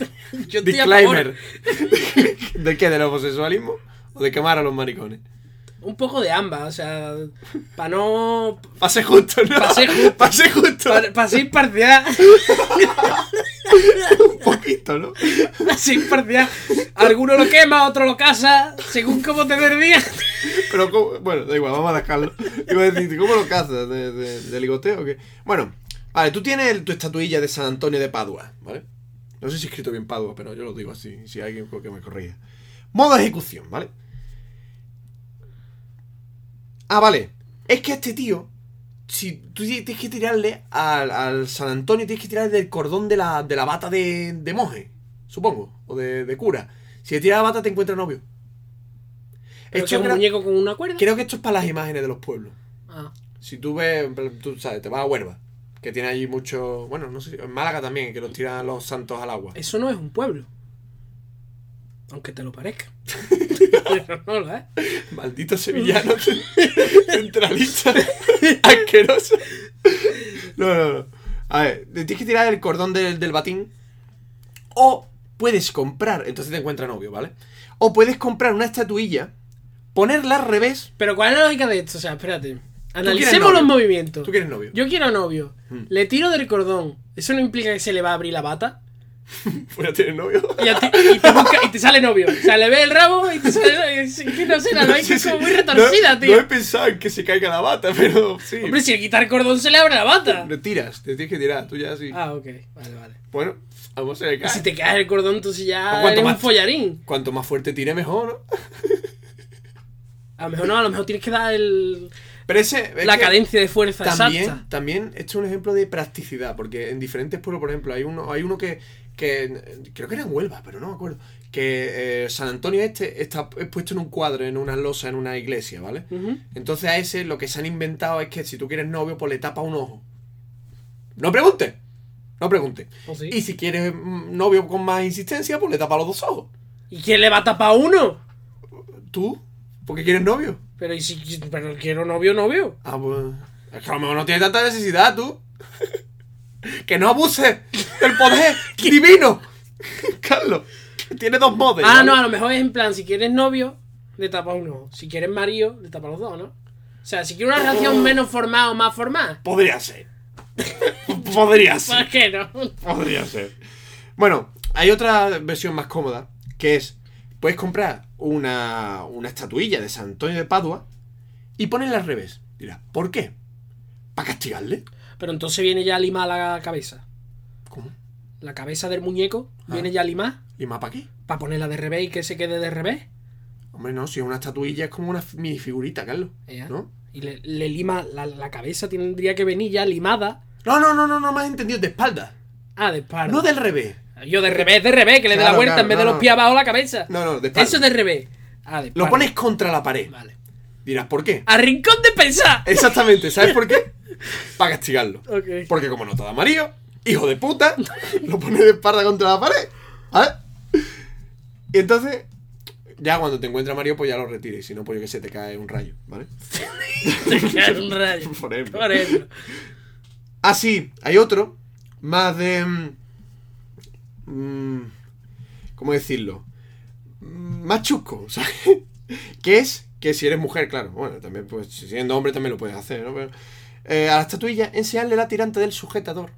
Yo estoy a
Disclaimer.
favor.
*laughs* ¿De qué? ¿Del homosexualismo? ¿O de quemar a los maricones?
Un poco de ambas, o sea, para
*laughs*
no.
Pase justo, ¿no?
Pa' ser justo.
Pa' ser justo.
para ser imparcial. *laughs*
Un poquito, ¿no?
Para ser imparcial. Alguno lo quema, otro lo casa, según cómo te
*laughs*
perdía.
Pero, ¿cómo? bueno, da igual, vamos a dejarlo. Iba a decir, ¿cómo lo cazas? ¿De, de, de ligoteo o qué? Bueno, vale, tú tienes el- tu estatuilla de San Antonio de Padua, ¿vale? No sé si he escrito bien Padua, pero yo lo digo así, si hay alguien que me corrija. Modo ejecución, ¿vale? Ah, vale. Es que a este tío, si tú ti- tienes que tirarle al, al San Antonio, tienes que tirarle del cordón de la, de la bata de, de monje, supongo, o de, de cura. Si le tiras la bata, te encuentra novio.
Pero que
Esto
es un
era-
muñeco con una cuerda.
creo que esto es para las imágenes de los pueblos.
Ah,
Si tú ves, en plan, tú sabes, te vas a Huelva, que tiene allí mucho. Bueno, no sé, en Málaga también, que los tiran los santos
*laughs*
al agua.
eso no es un pueblo. Aunque te lo
*laughs*
parezca. Pero no lo es.
Maldito sevillano *laughs* centralista *laughs* asqueroso. No, no, no. A ver, le tienes que tirar el cordón del, del batín. O puedes comprar, entonces te encuentra novio, ¿vale? O puedes comprar una estatuilla, ponerla al revés.
Pero ¿cuál es la lógica de esto? O sea, espérate. Analicemos
novio.
los movimientos.
Tú quieres novio.
Yo quiero novio.
Hmm.
Le tiro del cordón. Eso no implica que se le va a abrir la bata.
Voy a tener Pues novio.
Y, a ti- y te busca- y te sale novio. O sea, le ve el rabo y te sale. es que No sé, *laughs* la lógica
Sí,
es
sí.
como muy retorcida,
No-
tío.
No he pensado en que se caiga la bata, *laughs* pero sí.
Hombre, si le quitar cordón se le abre la bata.
Le tiras, te tienes que tirar, tú ya sí.
Ah, ok. Vale, vale.
Bueno, vamos a ver
Y si te caes el cordón, entonces
¿O
ya
cuánto
eres un
más?
follarín.
Cuanto más fuerte tire, mejor, ¿no?
A lo mejor no, a lo mejor tienes que dar el,
Pero ese. es
la
que-
cadencia de fuerza
También,
exacta.
también esto es un ejemplo de practicidad, porque en diferentes pueblos, por ejemplo, hay uno, hay uno que, que eh, creo que era en Huelva, pero no me acuerdo, que eh, San Antonio este está puesto en un cuadro, en una losa, en una iglesia, ¿vale?
Ujú.
Entonces a ese lo que se han inventado es que si tú quieres novio, pues le tapa un ojo. No pregunte, no pregunte.
¿O ¿Oh, sí?
Y si quieres mm, novio con más insistencia, pues le tapa los dos ojos.
¿Y quién le va a tapar uno?
¿Tú? ¿Por qué quieres novio?
Pero, ¿y si, pero quiero novio, novio.
Ah, pues. Es que a lo mejor no tiene tanta necesidad, tú. *laughs* que no abuses
*laughs*
del poder divino. *laughs* Carlos, tiene dos modes.
Ah,
¿vale?
no, a lo mejor es en plan, si quieres novio, le tapas un ojo. Si quieres marido, le tapas los dos, ¿no? O sea, si quieres una relación menos formada o más formada,
Podría ser. *laughs* Podría
¿por
ser.
qué no?
Podría ser. Bueno, hay otra versión más cómoda que es: puedes comprar una, una estatuilla de San Antonio de Padua y ponerla al revés. Dirás, ¿por qué? ¿Para castigarle?
Pero entonces viene ya lima la cabeza.
¿Cómo?
La cabeza del muñeco
Ah.
viene ya lima
¿Y más para qué?
para ponerla de revés y que se quede de revés.
Hombre, no, si es una estatuilla es como una minifigurita, Carlos.
Ya.
¿No?
Y le, le lima la, la cabeza, tendría que venir ya limada.
No, no, no, no, no me has entendido, de espalda.
Ah, de espalda.
No del revés.
Yo de revés, de revés, que le dé la
Claro,
vuelta
claro,
en vez de
no,
los
no.
pies abajo la cabeza.
No, no, de espalda.
Eso de revés. Ah, de
Lo
espalda.
pones contra la pared.
Vale.
Dirás, ¿por qué?
A rincón de pensar.
Exactamente, ¿sabes por
*laughs*
qué? Para castigarlo.
Ok.
Porque como no te da marido, hijo de puta, *laughs* lo pones de espalda contra la pared. ¿Vale? Y entonces, ya cuando te encuentra Mario, pues ya lo retires. y Si no, pues yo que sé, te cae un rayo, ¿vale?
*laughs*
*laughs*
Te cae un rayo.
Por ejemplo.
Por ejemplo.
Ah, sí, hay otro. Más de. mm, mm, ¿Cómo decirlo? Mm, Más chusco, *laughs* ¿sabes? que es que si eres mujer, claro. Bueno, también, pues siendo hombre también lo puedes hacer, ¿no? Pero, eh, a la estatuilla, enseñarle la tirante del sujetador.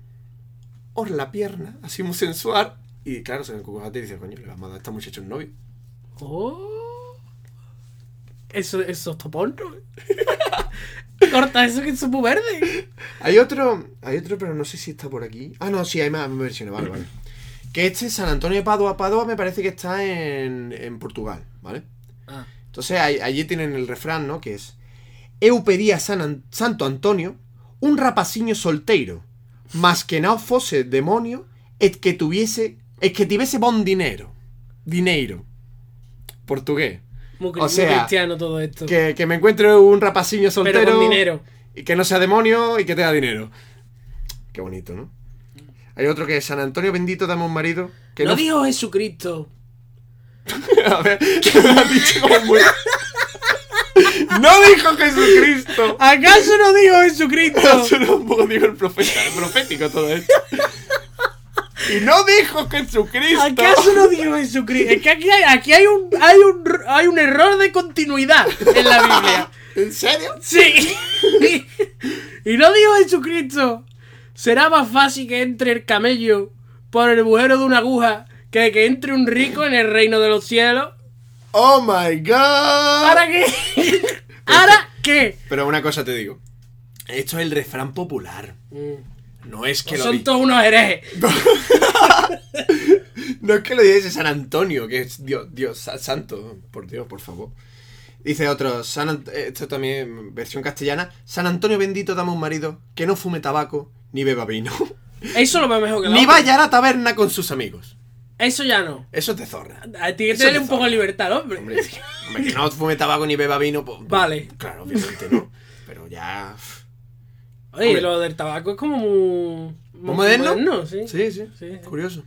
Or la pierna, así muy sensual. Y claro, se le encoge y dice, coño, le vamos a dar a esta muchacha un novio.
Oh. Eso, eso es topón. *laughs* Corta eso que es muy verde.
Hay otro, hay otro, pero no sé si está por aquí. Ah, no, sí, hay más versiones, vale, vale. Que este San Antonio de Padua, Padua me parece que está en, en Portugal, ¿vale?
Ah,
Entonces ahí- allí tienen el refrán, ¿no? Que es Eu pedía a San An- Santo Antonio un rapaciño solteiro, mas que no fuese demonio, es que tuviese, es que tuviese bon dinero. Dinero. Portugués.
muy, cri-
O
muy
sea,
cristiano todo esto.
Que, que me encuentre un rapaciño soltero.
Pero con dinero.
Y que no sea demonio y que tenga dinero. Qué bonito, ¿no? Hay otro que es San Antonio bendito, dame un marido. Que
no,
no,
dijo Jesucristo.
*laughs* A ver, lo has dicho como muy- No dijo Jesucristo.
¿Acaso no dijo
*laughs*
Jesucristo?
Eso no, un poco dijo el profeta, el profético todo esto. Y no dijo Jesucristo.
¿Acaso no dijo Jesucristo? Es que aquí hay, aquí hay un hay un hay un error de continuidad en la Biblia.
¿En serio?
Sí. Y no dijo Jesucristo. Será más fácil que entre el camello por el agujero de una aguja que que entre un rico en el reino de los cielos.
Oh my god.
¿Ahora
*laughs*
qué? ¿Ahora qué?
Pero una cosa te digo. Esto es el refrán popular. No es que lo
Mm. Son
diga.
todos unos herejes.
No es que lo dijese San Antonio, que es Dios, Dios sa- santo, por Dios, por favor. Dice otro, San Ant- eh, esto también versión castellana, San Antonio bendito dame un marido que no fume tabaco ni beba vino,
Eso lo va mejor que la
ni
otra.
vaya a la taberna con sus amigos.
Eso ya no.
Eso es de zorra.
Tiene que
Eso
tener
me
un poco de
sobra.
libertad, hombre. *laughs*
Hombre, hombre, que no fume tabaco ni beba vino, pues...
Vale.
Claro, obviamente no. Pero ya...
Oye,
hombre.
lo del tabaco es como muy...
¿Muy moderno?
sí.
Sí, sí,
Sí.
Curioso.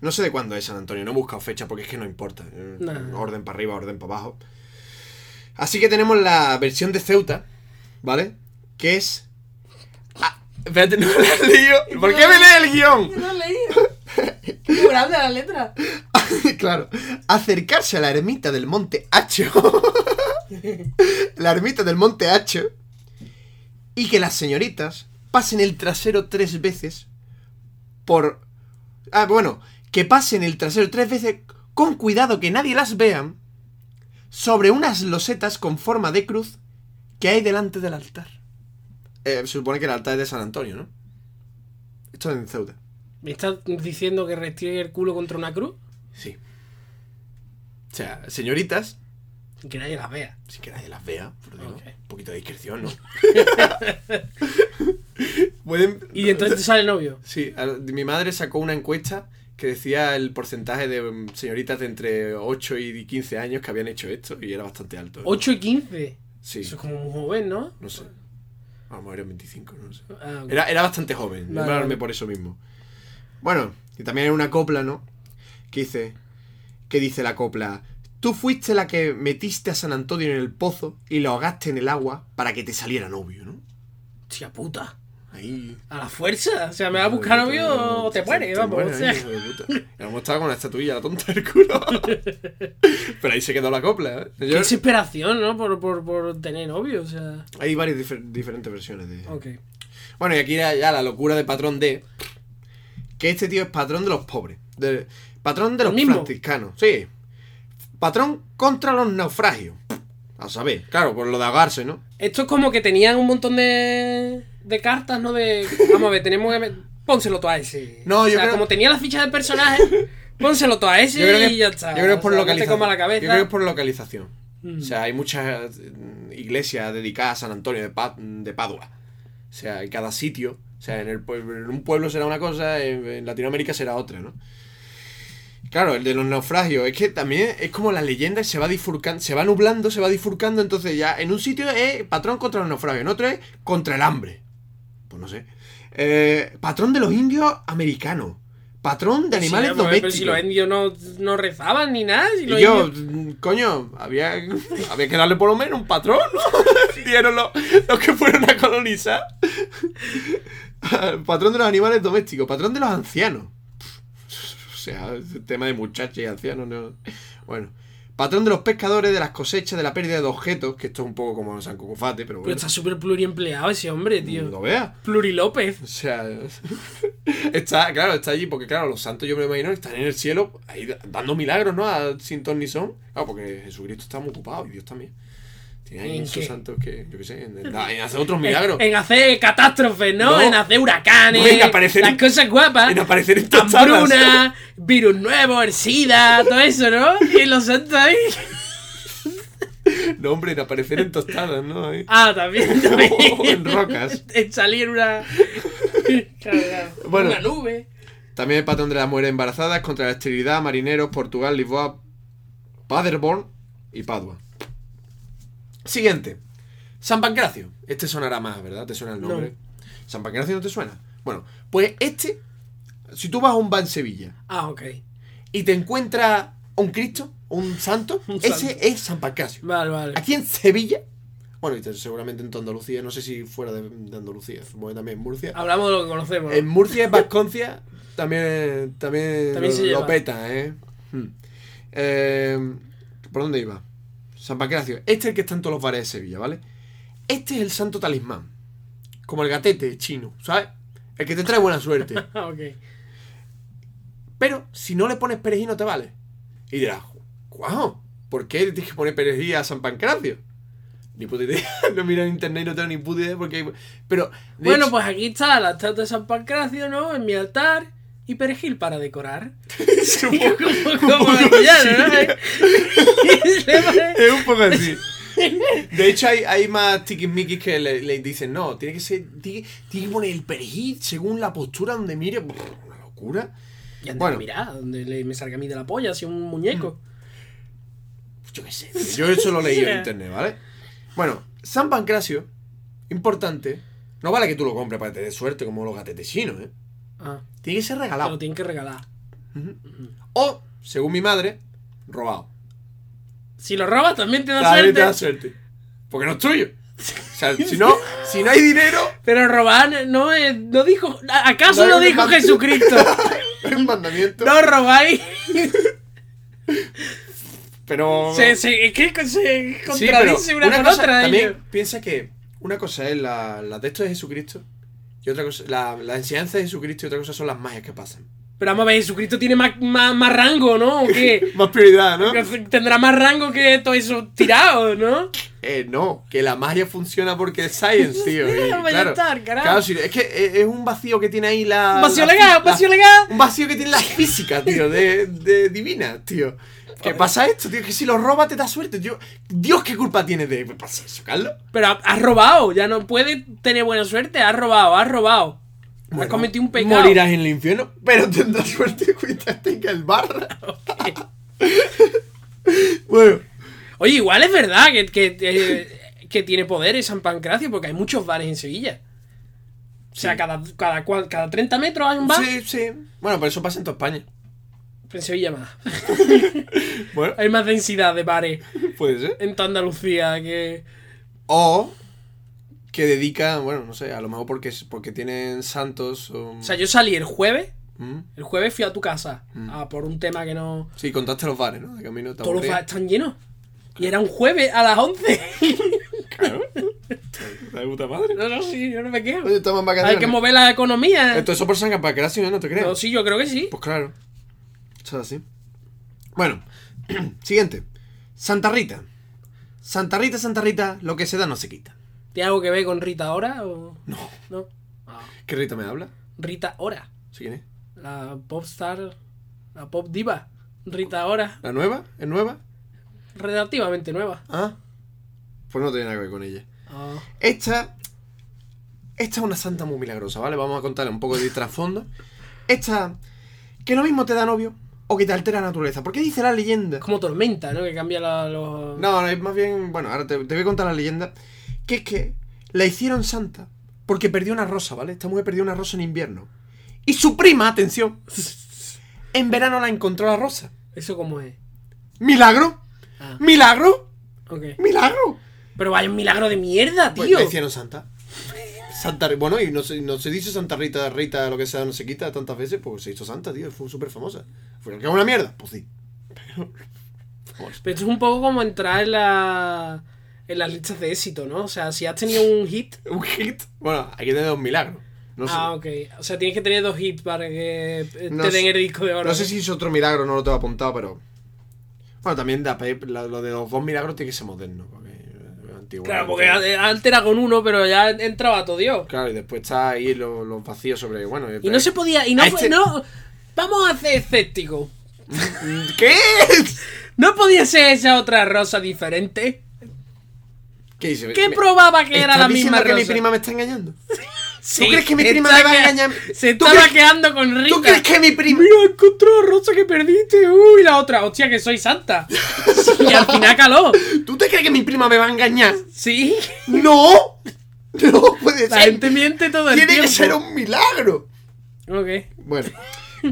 No sé de cuándo es San Antonio, no he buscado fecha porque es que no importa. Eh,
No.
Orden para arriba, orden para abajo. Así que tenemos la versión de Ceuta, ¿vale? Que es. Ah, espérate, *laughs* no leas el guión. ¿Por qué me lees el guión?
No leí. Qué grande la letra.
*laughs* claro. Acercarse a la ermita del Monte Hacho. *laughs* la ermita del Monte Hacho. Y que las señoritas pasen el trasero tres veces por... Ah, bueno, que pasen el trasero tres veces con cuidado que nadie las vea sobre unas losetas con forma de cruz que hay delante del altar. Eh, se supone que el altar es de San Antonio, ¿no? Esto es en Ceuta.
¿Me estás diciendo que restringe el culo contra una cruz?
Sí. O sea, señoritas
Y que nadie las vea.
Sin que nadie las vea, por Dios.
Ok.
Un poquito de discreción, ¿no? *laughs* Pueden-
Y entonces te sale el novio.
Sí, a- mi madre sacó una encuesta que decía el porcentaje de mm, señoritas de entre 8 y 15 años que habían hecho esto y era bastante alto.
8 y 15.
Sí,
Eso es como muy joven, ¿no?
no sé. A lo mejor eran 25, no lo sé.
Ah, ok.
Era, era bastante joven,
Vale,
nombrarme
vale.
por eso mismo. Bueno, y también hay una copla, ¿no? Que dice, que dice la copla, tú fuiste la que metiste a San Antonio en el pozo y lo ahogaste en el agua para que te saliera novio, ¿no?
Hostia puta.
Ahí.
A la fuerza. O sea, me va a buscar novio o te mueres, vamos. o
mueres,
sea.
hijo de puta. Y Hemos estado con la estatuilla, la tonta del
*laughs*
culo. Pero ahí se quedó la copla. ¿eh?
Qué *laughs*
Yo-
desesperación, ¿no? Por, por, por tener novio, o sea.
Hay varias difer- diferentes versiones de...
Ok.
Bueno, y aquí ya, ya la locura de patrón D. Que este tío es patrón de los pobres. de- patrón de los
¿El mismo?
franciscanos. Sí. Patrón contra los naufragios. A saber. Claro, por lo de ahogarse, ¿no?
Esto es como que tenían un montón de, de cartas, ¿no? De. Vamos a ver, tenemos que. me- Pónselo todo a ese.
No,
o
yo
sea,
creo-
como tenía las fichas de
*laughs*
personaje, pónselo todo a ese y ya está.
yo creo que es por
O sea, no te
localización.
coma la cabeza.
Yo creo que es por localización.
Mm.
O sea, hay muchas eh, iglesias dedicadas a San Antonio de, Pa- de Padua. O sea, en cada sitio. O sea, en, el, pue- en un pueblo será una cosa, en, en Latinoamérica será otra, ¿no? Claro, el de los naufragios. Es que también es como la leyenda se va difurcando, se va nublando, se va difurcando. Entonces ya en un sitio es patrón contra los naufragios, en otro es contra el hambre. Pues no sé. Eh, patrón de los indios americanos. Patrón de animales
Sí, vamos a ver,
domésticos.
pero si los indios no, no rezaban ni nada. Si los
Y yo,
indios-
mm, coño, había, había que darle por lo menos un patrón, ¿no? *laughs* Dieron lo- los que fueron a colonizar. patrón de los animales domésticos, patrón de los ancianos. O sea, el tema de muchachos y ancianos, no. Bueno. Patrón de los pescadores, de las cosechas, de la pérdida de objetos, que esto es un poco como San Cocofate, pero
Pero
bueno.
está súper pluriempleado ese hombre, tío.
No veas.
Pluri López.
O sea, *laughs* está, claro, está allí, porque claro, los santos yo me imagino que están en el cielo ahí dando milagros, ¿no? A, sin ton ni son. Claro, porque Jesucristo está muy ocupado y Dios también. Tiene ahí
¿En
sus
qué?
santos que, yo qué
*laughs*
sé, en, en- en hacer otros milagros.
En, en hacer catástrofes, ¿no?
No.
En hacer huracanes.
No, en aparecer
Las
en-
cosas guapas.
en aparecer en tostadas. *laughs*
Hambruna, virus nuevo, el SIDA, todo eso, ¿no? Y los santos ahí.
No, hombre, en aparecer en tostadas, *laughs* ¿no? Ahí.
Ah, también. también.
en rocas.
en *laughs* salir
*laughs*
una. Claro, claro.
Bueno.
Una nube.
También el patrón de las mujeres embarazadas contra la esterilidad, marineros, Portugal, Lisboa, Paderborn y Padua. Siguiente. San Pancracio. Este sonará más, ¿verdad? ¿Te suena el
No.
nombre? ¿San Pancracio no te suena? Bueno, pues este, si tú vas a un bar en Sevilla
Ah, ok.
y te encuentras un Cristo, un santo,
Un
ese
santo.
es San Pancracio.
Vale, vale.
Aquí en Sevilla, bueno, y te- seguramente en toda Andalucía, no sé si fuera de, de Andalucía, supongo que también en Murcia.
Hablamos de lo que conocemos. ¿no?
En Murcia y Vasconcia también, también,
También
lo,
se lleva.
lo peta, ¿eh? Hmm. Eh, ¿Por dónde iba? San Pancracio. Este es el que está en todos los bares de Sevilla, ¿vale? Este es el santo talismán. Como el gatete chino, ¿sabes? El que te trae
*laughs*
buena suerte.
Ah, ok.
Pero si no le pones perejil no te vale. Y dirás, guau, ¿por qué le tienes que poner perejil a San Pancracio? Ni puta idea. *laughs* No miro en internet y no tengo ni puta idea porque hay... Pero... de
Bueno,
hecho-
pues aquí está la estatua de San Pancracio, ¿no? En mi altar. y perejil para decorar. pues,
*laughs* Supongo-
Como,
un
como
poco
antillano,
así.
¿no?
Es un
*laughs*
poco así. De hecho, hay, hay más tiquismiquis que le, le dicen, no, tiene que ser. Tiene, tiene que poner el perejil según la postura donde mire. Brr, Una locura.
y antes
Bueno.
de mirar, donde le- me salga a mí de la polla, así un muñeco.
Yo qué sé. tío, Yo eso
*laughs*
lo leí en internet, ¿vale? Bueno, San Pancracio, importante. No vale que tú lo compres para tener suerte como los gatetes chinos, ¿eh?
Ah,
Tiene que ser
te lo
regalado.
tienen que regalar.
Ujú. O, según mi madre, robado.
Si lo robas, también te da
También
suerte.
te da suerte. Porque no es tuyo.
*laughs*
O sea, si no, si no hay dinero,
Pero robar no es- no dijo. ¿Acaso
No,
lo
no,
dijo
no.
Jesucristo?
*laughs* es un mandamiento.
No robáis.
Pero.
Se, se, es que se
Sí, pero
contradice una, con
cosa-
otra.
También
ello.
piensa que una cosa es la, la de esto de Jesucristo y otra cosa, la, la enseñanza de Jesucristo y otra cosa son las magias que pasan.
Pero vamos a ver, Jesucristo tiene más, más, más rango, ¿no? ¿O
*laughs*
qué?
Más prioridad, ¿no?
Tendrá más rango que todo eso tirado, ¿no?
Eh, no, que la magia funciona porque
*laughs*
es science, tío. y
Vaya
claro,
estar, carajo.
claro, sí, es que es- es un vacío que tiene ahí la.
Un vacío
Ah, la-
legal, un
la-
vacío legal.
Un vacío que tiene la física, tío, de, de divina, tío. ¿Qué pasa esto, tío? Que si lo roba te da suerte, tío. Dios, ¿qué culpa tiene de pasa eso, Carlos?
Pero ha- has robado, ya no puedes tener buena suerte. Has robado, has robado. has
Bueno,
cometido Ah, un pecado.
Morirás en el infierno, pero tendrás suerte cuando tenga el barra. bueno,
*laughs* Oye, igual es verdad que, que, eh, que tiene poderes San Pancracio porque hay muchos bares en Sevilla. O sea, cada, cada, cual- cada 30 metros hay un bar.
sí, sí. Bueno, pero eso pasa en toda España.
En Sevilla más.
Bueno,
hay más densidad de bares
puede ser.
en toda Andalucía que...
O que dedican, bueno, no sé, a lo mejor porque, porque tienen santos. O,
O sea, yo salí el jueves.
Mm.
El jueves fui a tu casa a por un tema que no...
Sí, contaste los bares, ¿no? De camino Mm. te
Todos los
aburría.
bares están llenos. Y era un jueves a las 11.
Claro. Está de puta madre.
*laughs* no, no, sí, yo no me quejo.
Oye, estamos en
Hay
vacaciones.
que mover la economía.
Esto eso por San Pancracio, no te creo.
No, sí, yo creo que sí.
Pues claro. Eso es así. Bueno, *clears throat* siguiente. Santa Rita. Santa Rita, Santa Rita, lo que se da no se quita.
¿Tiene algo que ver con Rita ahora o...?
No.
No. Ah,
¿Qué Rita me habla?
Rita Ora.
¿Sí quién es?
La pop star, la pop diva, Rita Ora,
¿La nueva? ¿Es nueva?
relativamente nueva.
Ah. Pues no tiene nada que ver con ella.
Ah,
Esta. Esta es una santa muy milagrosa, ¿vale? Vamos a contarle un poco de trasfondo. Esta. Que lo mismo te da novio o que te altera la naturaleza. ¿Por qué dice la leyenda?
es como tormenta, ¿no? Que cambia la- los...
No, no, es más bien. Bueno, ahora te, te voy a contar la leyenda. Que es que la hicieron santa porque perdió una rosa, ¿vale? Esta mujer perdió una rosa en invierno. Y su prima, atención, en verano la encontró la rosa.
Eso como es.
¡Milagro!
Ah,
¡Milagro!
ok.
¡Milagro!
Pero vaya un milagro de mierda,
Pues
tío.
la hicieron santa. Santa Ri- bueno, y no se, no se dice Santa Rita, Rita, lo que sea, no se quita tantas veces, porque se hizo santa, tío, fue súper famosa. Fue que una mierda, pues sí.
Pero esto es un poco como entrar en, la... en las listas de éxito, ¿no? O sea, si has tenido un hit...
Un hit. Bueno, hay que tener un milagro. No sé.
Ah, ok. O sea, tienes que tener dos hits para que eh,
No
te
sé-
den el disco de oro.
No sé si es otro milagro, no lo tengo apuntado, pero. Bueno, también da pe- la- lo de los dos milagros tiene que ser moderno. Porque eh, antiguo,
Claro, porque antes era con uno, pero ya entraba todo Dios.
Claro, y después está ahí lo- los vacíos sobre. Bueno,
Y no se podía... Y no,
A
fue-
este-
no... Vamos a ser escépticos.
¿Qué?
¿No podía ser esa otra rosa diferente?
¿Qué dice?
¿Qué
Me-
probaba que era
¿Estás
la
diciendo
misma
que
rosa?
mi prima me está engañando?
Sí,
crees que mi
se
prima
está
me va a
que-
engañar?
Se
¿Tú
estaba
crees-
quedando con Rita.
¿Tú crees que mi prima.?
Mira, encontré la rosa que perdiste. Uy, la otra. Hostia, que soy
*laughs*
santa. y al final caló.
¿Tú te crees que mi prima me va a engañar? *laughs*
Sí.
¡No! No puede
La
ser.
gente miente todo el
Tiene
tiempo.
que ser un milagro.
Ok.
Bueno,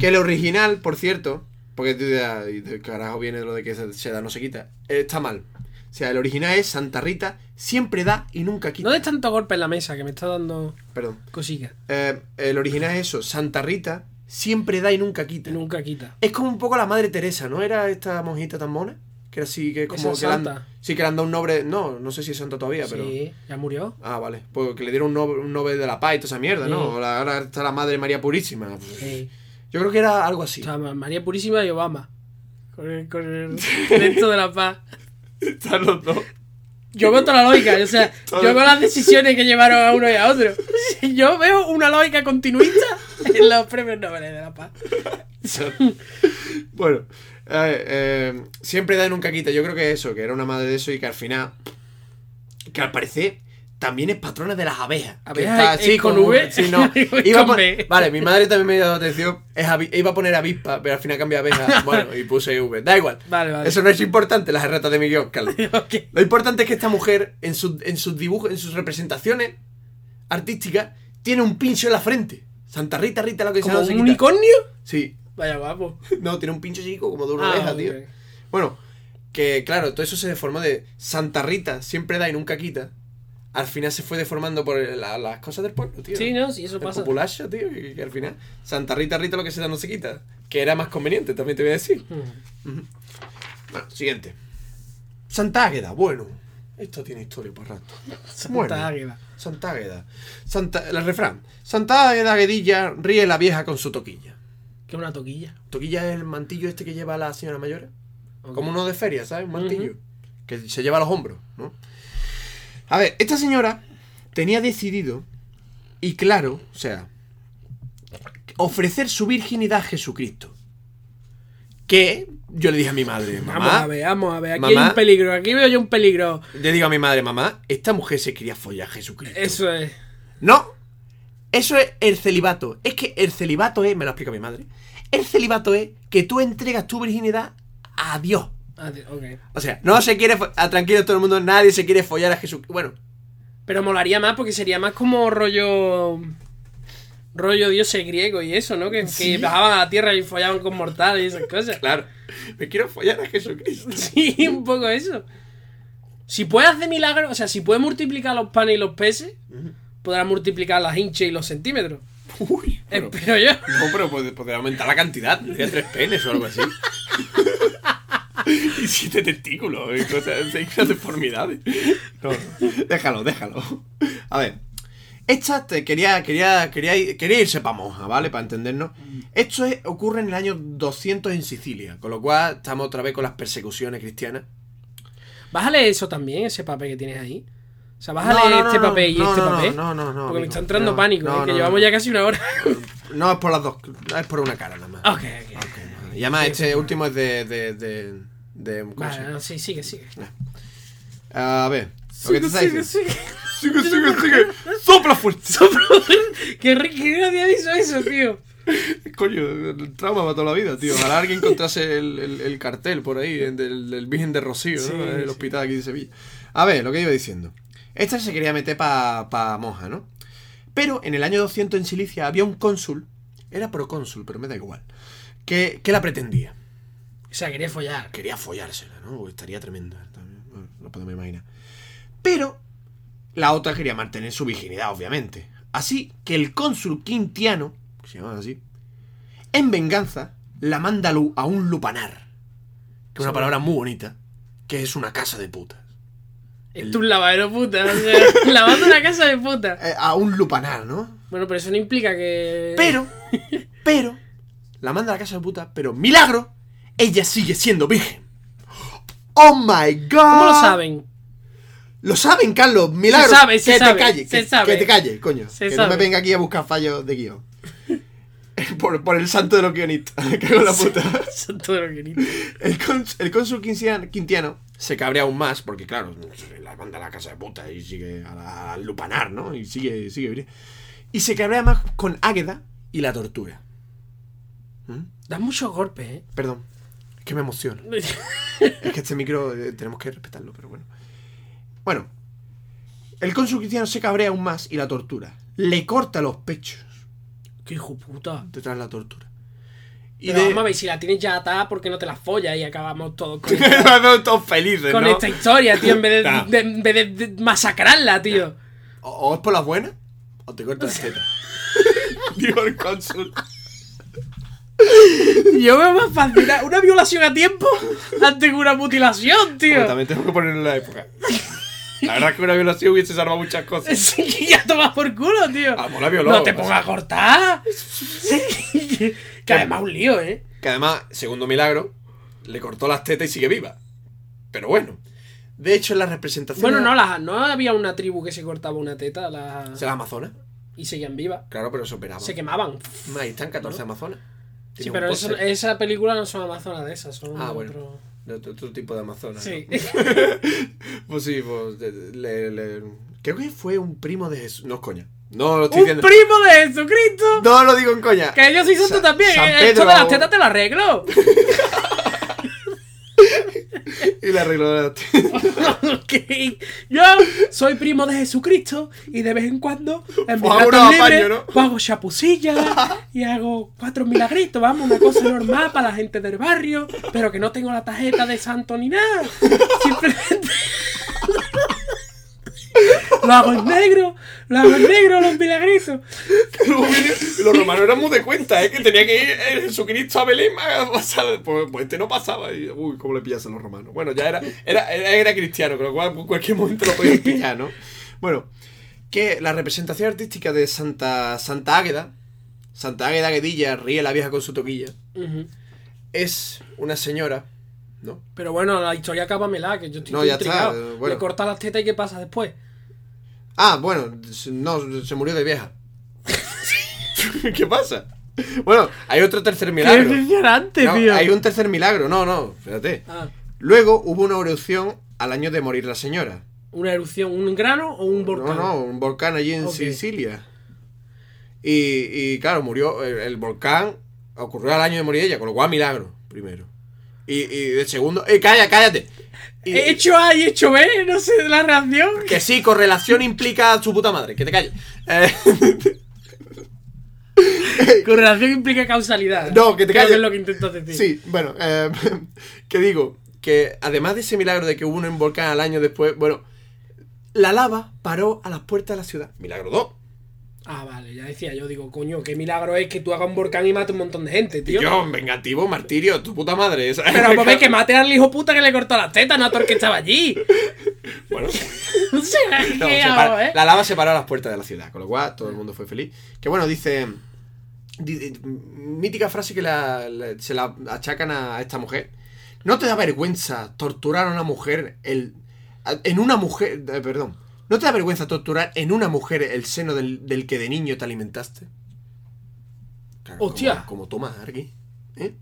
que el original, por cierto, porque tú dirás, "¿Y de carajo viene lo de que se, se da, no se quita. Eh, Está mal. O sea, el original es Santa Rita, siempre da y nunca quita.
No des tanto golpe en la mesa que me está dando
Perdón.
cositas.
Eh, el original es eso, Santa Rita, siempre da y nunca
Y
quita.
nunca quita.
Es como un poco la madre Teresa, ¿no? Era esta monjita tan mona. Que era así que como
Esa
que le han-
santa.
Sí, que le han dado un nombre. No, no sé si es santa todavía, pero.
Sí, ya murió.
Ah, vale. Pues que le dieron un nobe- un Nobel de la paz y toda esa mierda, ¿no?
Sí.
O la- Ahora está la madre María Purísima.
Sí.
Yo creo que era algo así.
Eh, O sea, María Purísima y Obama. Con el, con
*laughs*
el talento de la paz.
Están los dos.
Yo veo toda la lógica, o sea, yo veo las decisiones que llevaron a uno y a otro. Yo veo una lógica continuista *laughs* en los premios Nobel de la Paz. *laughs*
bueno, eh, eh, siempre da en un caquita. Yo creo que eso, que era una madre de eso y que al final, que al parecer también es patrona de las abejas. Que
¿Abejas
está
es-
así
es con *laughs*
como-
V?
sí, no.
Y con
Iba a pon-
B.
Vale, mi madre también me ha dado atención. Es avi- iba a poner avispa, pero al final cambié
*laughs*
a abeja. Bueno, y puse V. Da igual.
Vale, vale.
Eso no es importante, las erratas de mi guión, Carlos.
*laughs* Ok.
Lo importante es que esta mujer, en, sus- en sus dibujos, en sus representaciones artísticas, tiene un pincho en la frente. Santa Rita, Rita, lo que sea.
¿Como
no se
un
quita.
unicornio?
Sí. *laughs*
Vaya guapo.
No, tiene un pincho chico como de una
Ah,
oveja,
ok.
tío. Bueno, que claro, todo eso se deformó de Santa Rita, siempre da y nunca quita. Al final se fue deformando por la- las cosas del pueblo, tío.
Sí, no, sí, eso
El
pasa.
populacho, tío, que, que al final Santa Rita, Rita, lo que sea, no se quita. Que era más conveniente, también te voy a decir.
Mm.
Bueno, siguiente. Santa Águeda, bueno. Esto tiene historia por rato.
Santa
Bueno.
Águeda.
Santa Águeda. Santa, el refrán. Santa Águeda, Aguedilla, ríe la vieja con su toquilla.
Que una toquilla.
Toquilla es el mantillo este que lleva la señora mayor.
Ok.
Como uno de feria, ¿sabes? Un mantillo. Que se lleva a los hombros, ¿no? A ver, esta señora tenía decidido y claro, o sea, ofrecer su virginidad a Jesucristo. Que yo le dije a mi madre,
Vamos
mamá,
a ver, vamos a ver. Aquí
Mamá.
hay un peligro, aquí veo yo un peligro.
le digo a mi madre, mamá, esta mujer se quería follar a Jesucristo.
Eso es.
No, eso es el celibato. Es que el celibato es, me lo explica mi madre, el celibato es que tú entregas tu virginidad a Dios.
Ah, tío, ok.
O sea, no se quiere. fo- ah, tranquilo todo el mundo, nadie se quiere follar a Jesús. Bueno,
Pero molaría más porque sería más como rollo. Rollo dioses griego y eso, ¿no? Que,
Sí.
que bajaban a la tierra y follaban con mortales y esas cosas. *laughs*
claro, me quiero follar a Jesucristo. *laughs*
Sí, un poco eso. Si puede hacer milagros, o sea, si puede multiplicar los panes y los peces, podrá multiplicar las hinchas y los centímetros.
Uy, pero,
*laughs* Espero yo.
no, pero pod- podría aumentar la cantidad. Tendría tres penes o algo *laughs* así. y siete testículos, y cosas, seis deformidades. No, no, déjalo, déjalo. A ver. Esta te- quería, quería, quería, ir- quería irse para monja, ¿vale? Para entendernos. Esto es- ocurre en el año 200 en Sicilia, con lo cual estamos otra vez con las persecuciones cristianas.
Bájale eso también, ese papel que tienes ahí. O sea,
No,
bájale
no, no,
este
no,
papel
no,
y este
no,
papel.
no, no, no,
porque
amigo,
me está entrando
no,
pánico,
no,
eh, que
no,
llevamos
no.
ya casi una hora. *laughs*
No es por las dos, es por una cara nada más.
ok, ok.
Y además este último es de... de, de, de- ¿cómo
Vale,
se llama?
no, sí, sigue, sigue.
A ver, lo que
Sigue,
te está
sigue,
diciendo.
sigue.
Sigue, sigue, sigue. Sopla fuerte. Sopla.
Qué rico, que nadie ha visto eso, tío.
*laughs* Coño, el trauma para toda la vida, tío. Ojalá alguien encontrase el, el- el cartel por ahí eh, del, del Virgen de Rocío,
Sí,
¿no? En el
sí.
hospital aquí de Sevilla. A ver, lo que iba diciendo. Esta se quería meter para pa monja, ¿no? Pero en el año 200 en Silicia había un cónsul, era procónsul, pero me da igual, que, que la pretendía.
O sea, quería follar.
quería follársela, ¿no? Porque estaría tremenda. también, bueno, lo podemos imaginar. Pero la otra quería mantener su virginidad, obviamente. Así que el cónsul Quintiano, que se llamaba así, en venganza la manda a lu- a un lupanar. Que es una palabra muy bonita, que es una casa de putas.
Esto es un lavadero puta. O
*laughs*
sea, lavando una casa de puta.
Eh, a un lupanar, ¿no?
Bueno, pero eso no implica que. *laughs*
Pero, pero, la manda a la casa de putas, pero milagro, ella sigue siendo virgen. ¡Oh my god!
¿Cómo lo saben?
Lo saben, Carlos, milagro.
Se sabe, se
que
sabe,
te calles,
se
que,
sabe.
que te calles, coño.
Se
que no
sabe.
me venga aquí a buscar fallos de guión. *laughs* Por, por el santo de los guionistas. *laughs* Me cago en *laughs* la puta.
*laughs* Son todos los guionistas.
El, cons- el cónsul quincian- quintiano se cabrea aún más, porque claro, se la manda a la casa de puta y sigue a la- al lupanar, ¿no? Y sigue, sigue. vir- Y se cabrea más con Águeda y la tortura. ¿Mm?
Dan muchos golpes, eh.
Perdón, es que me emociono. Es que este micro eh, tenemos que respetarlo, pero bueno. Bueno, el cónsul cristiano se cabrea aún más y la tortura. Le corta los pechos
*laughs* Qué hijo puta.
detrás de la tortura.
Y
Y
pero vamos a
de...
ver, si la tienes ya atada, ¿por qué no te la follas? Y acabamos todos
*laughs*
con,
Vamos todos felices,
con
¿no?
esta historia, tío, en vez de,
*laughs* Nah.
de- en vez de- de masacrarla, tío.
O, o es por las buenas o te corta la teta. *laughs* Digo el cónsul.
Yo veo más fácil una- una violación a tiempo antes que una mutilación,
Pero
tío.
también tengo que ponerlo en la época. La verdad es que una violación hubiese salvado muchas
*laughs*
cosas. Ah, pues
Es que ya tomas por culo, tío.
Vamos,
la violó.
no te pongas a cortar. Sí. *laughs* que además es un lío, ¿eh?
Que además, segundo milagro, le cortó las tetas y sigue viva. Pero bueno. De hecho, en la representación...
Bueno, no, la- no había una tribu que se cortaba una teta. La...
¿Será Amazonas?
Y seguían vivas.
Claro, pero se operaban.
Se quemaban.
Ahí están 14 amazonas.
Sí,
Tiene un
pero eso-
póster
esa película no son amazonas de esas, son
Ah, bueno.
otro...
De otro, otro tipo de amazonas.
Sí.
Pues sí, pues. de- de- le- le- Creo que fue un primo de Jesús. No, coña. No lo
*laughs*
estoy
¡Un
diciendo.
primo de Jesucristo!
No lo digo en coña.
Que yo soy santo
Sa-
también. eh,
San
Esto
Pedro.
de las tetas te lo
*laughs*
arreglo.
Y le arregló la
Ok. Yo soy primo de Jesucristo y de vez en cuando en mis
Pues
ratos
hago unos
libres
apaños, ¿no?
pues hago chapucilla y hago cuatro milagritos, vamos, una cosa normal para la gente del barrio, pero que no tengo la tarjeta de santo ni nada. Simplemente *laughs* lo hago en negro, lo hago en negro los milagritos.
Los romanos eran muy de cuenta, ¿eh? Que tenía que ir eh, Jesucristo a Belén. a pasar- Pues, pues este no pasaba. Y, uy, cómo le pillas a los romanos. Bueno, ya era, era, era, era cristiano, con lo cual en cualquier momento lo podían pillar, ¿no? Bueno, que la representación artística de Santa, Santa Águeda, Santa Águeda Guedilla, ríe la vieja con su toquilla,
Ujú.
es una señora, ¿no?
Pero bueno, la historia cábamela, que yo estoy
No, ya
intrigado.
está, eh, bueno.
Le corta las tetas y qué pasa después.
Ah, bueno, se- no, se murió de vieja. *laughs* ¿Qué pasa? Bueno, hay otro tercer
Qué
milagro.
impresionante,
No,
tío.
hay un tercer milagro, no, no, espérate.
Ah.
Luego hubo una erupción al año de morir la señora.
¿Una erupción, un grano o un volcán?
No, no, un volcán allí en
Ok.
Sicilia. Y, y, claro, murió el, el volcán, ocurrió al año de morir ella, con lo cual milagro, primero. Y, y de segundo, ¡eh, calla, cállate! Y-
He hecho A y he hecho B, no sé la
*laughs*
reacción.
Que sí, correlación implica a su puta madre, que te calles. Eh,
Correlación implica causalidad.
No, que te
Creo
calles.
es lo que intentas decir.
Sí, bueno, eh, *laughs* que digo, que además de ese milagro de que hubo un volcán al año después, bueno, la lava paró a las puertas de la ciudad. Milagro 2.
Ah, vale, ya decía yo, digo, coño, qué milagro es que tú hagas un volcán y mate un montón de gente, tío.
Yo, vengativo, martirio, tu puta madre. esa-
Pero pues, ve que mate al hijo puta que le cortó las tetas, no a todo el que estaba allí.
*laughs* Bueno,
O sea, que,
*laughs* no, se
vamos,
paró-
¿eh?
la lava se paró a las puertas de la ciudad, con lo cual todo el mundo fue feliz. Que bueno, dice... di- di- Mítica frase que la- la- se la achacan a esta mujer. ¿No te da vergüenza torturar a una mujer el... a- En una mujer... eh, Perdón. ¿No te da vergüenza torturar en una mujer el seno del, del que de niño te alimentaste? Claro, como-
Hostia.
Como, tomas aquí. ¿eh?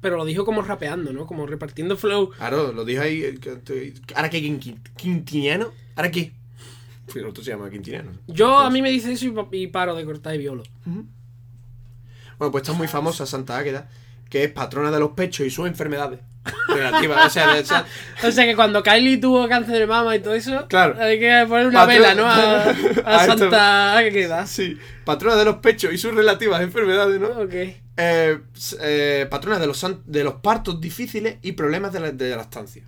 Pero lo dijo como rapeando, ¿no? Como repartiendo flow.
Claro, lo dijo ahí. eh, que- que- ¿Ahora qué? quin- quin- ¿Quintiniano? ¿Ahora qué? Pero otro se llama Quintiniano.
Yo a mí me dice eso y, pa- y paro de cortar y violo.
Bueno, pues está muy famosa Santa Águeda, que es patrona de los pechos y sus enfermedades. Relativas, o sea, de- o sea,
O sea que cuando Kylie tuvo cáncer de mama y todo eso,
Claro.
hay que poner una
Patrón-
vela, ¿no?
*laughs*
A, a
A esto-
Santa Águeda.
sí, patrona de los pechos y sus relativas enfermedades, ¿no?
Ok.
Eh, s- eh, patrona de los, san- de los partos difíciles y problemas de la, de la lactancia.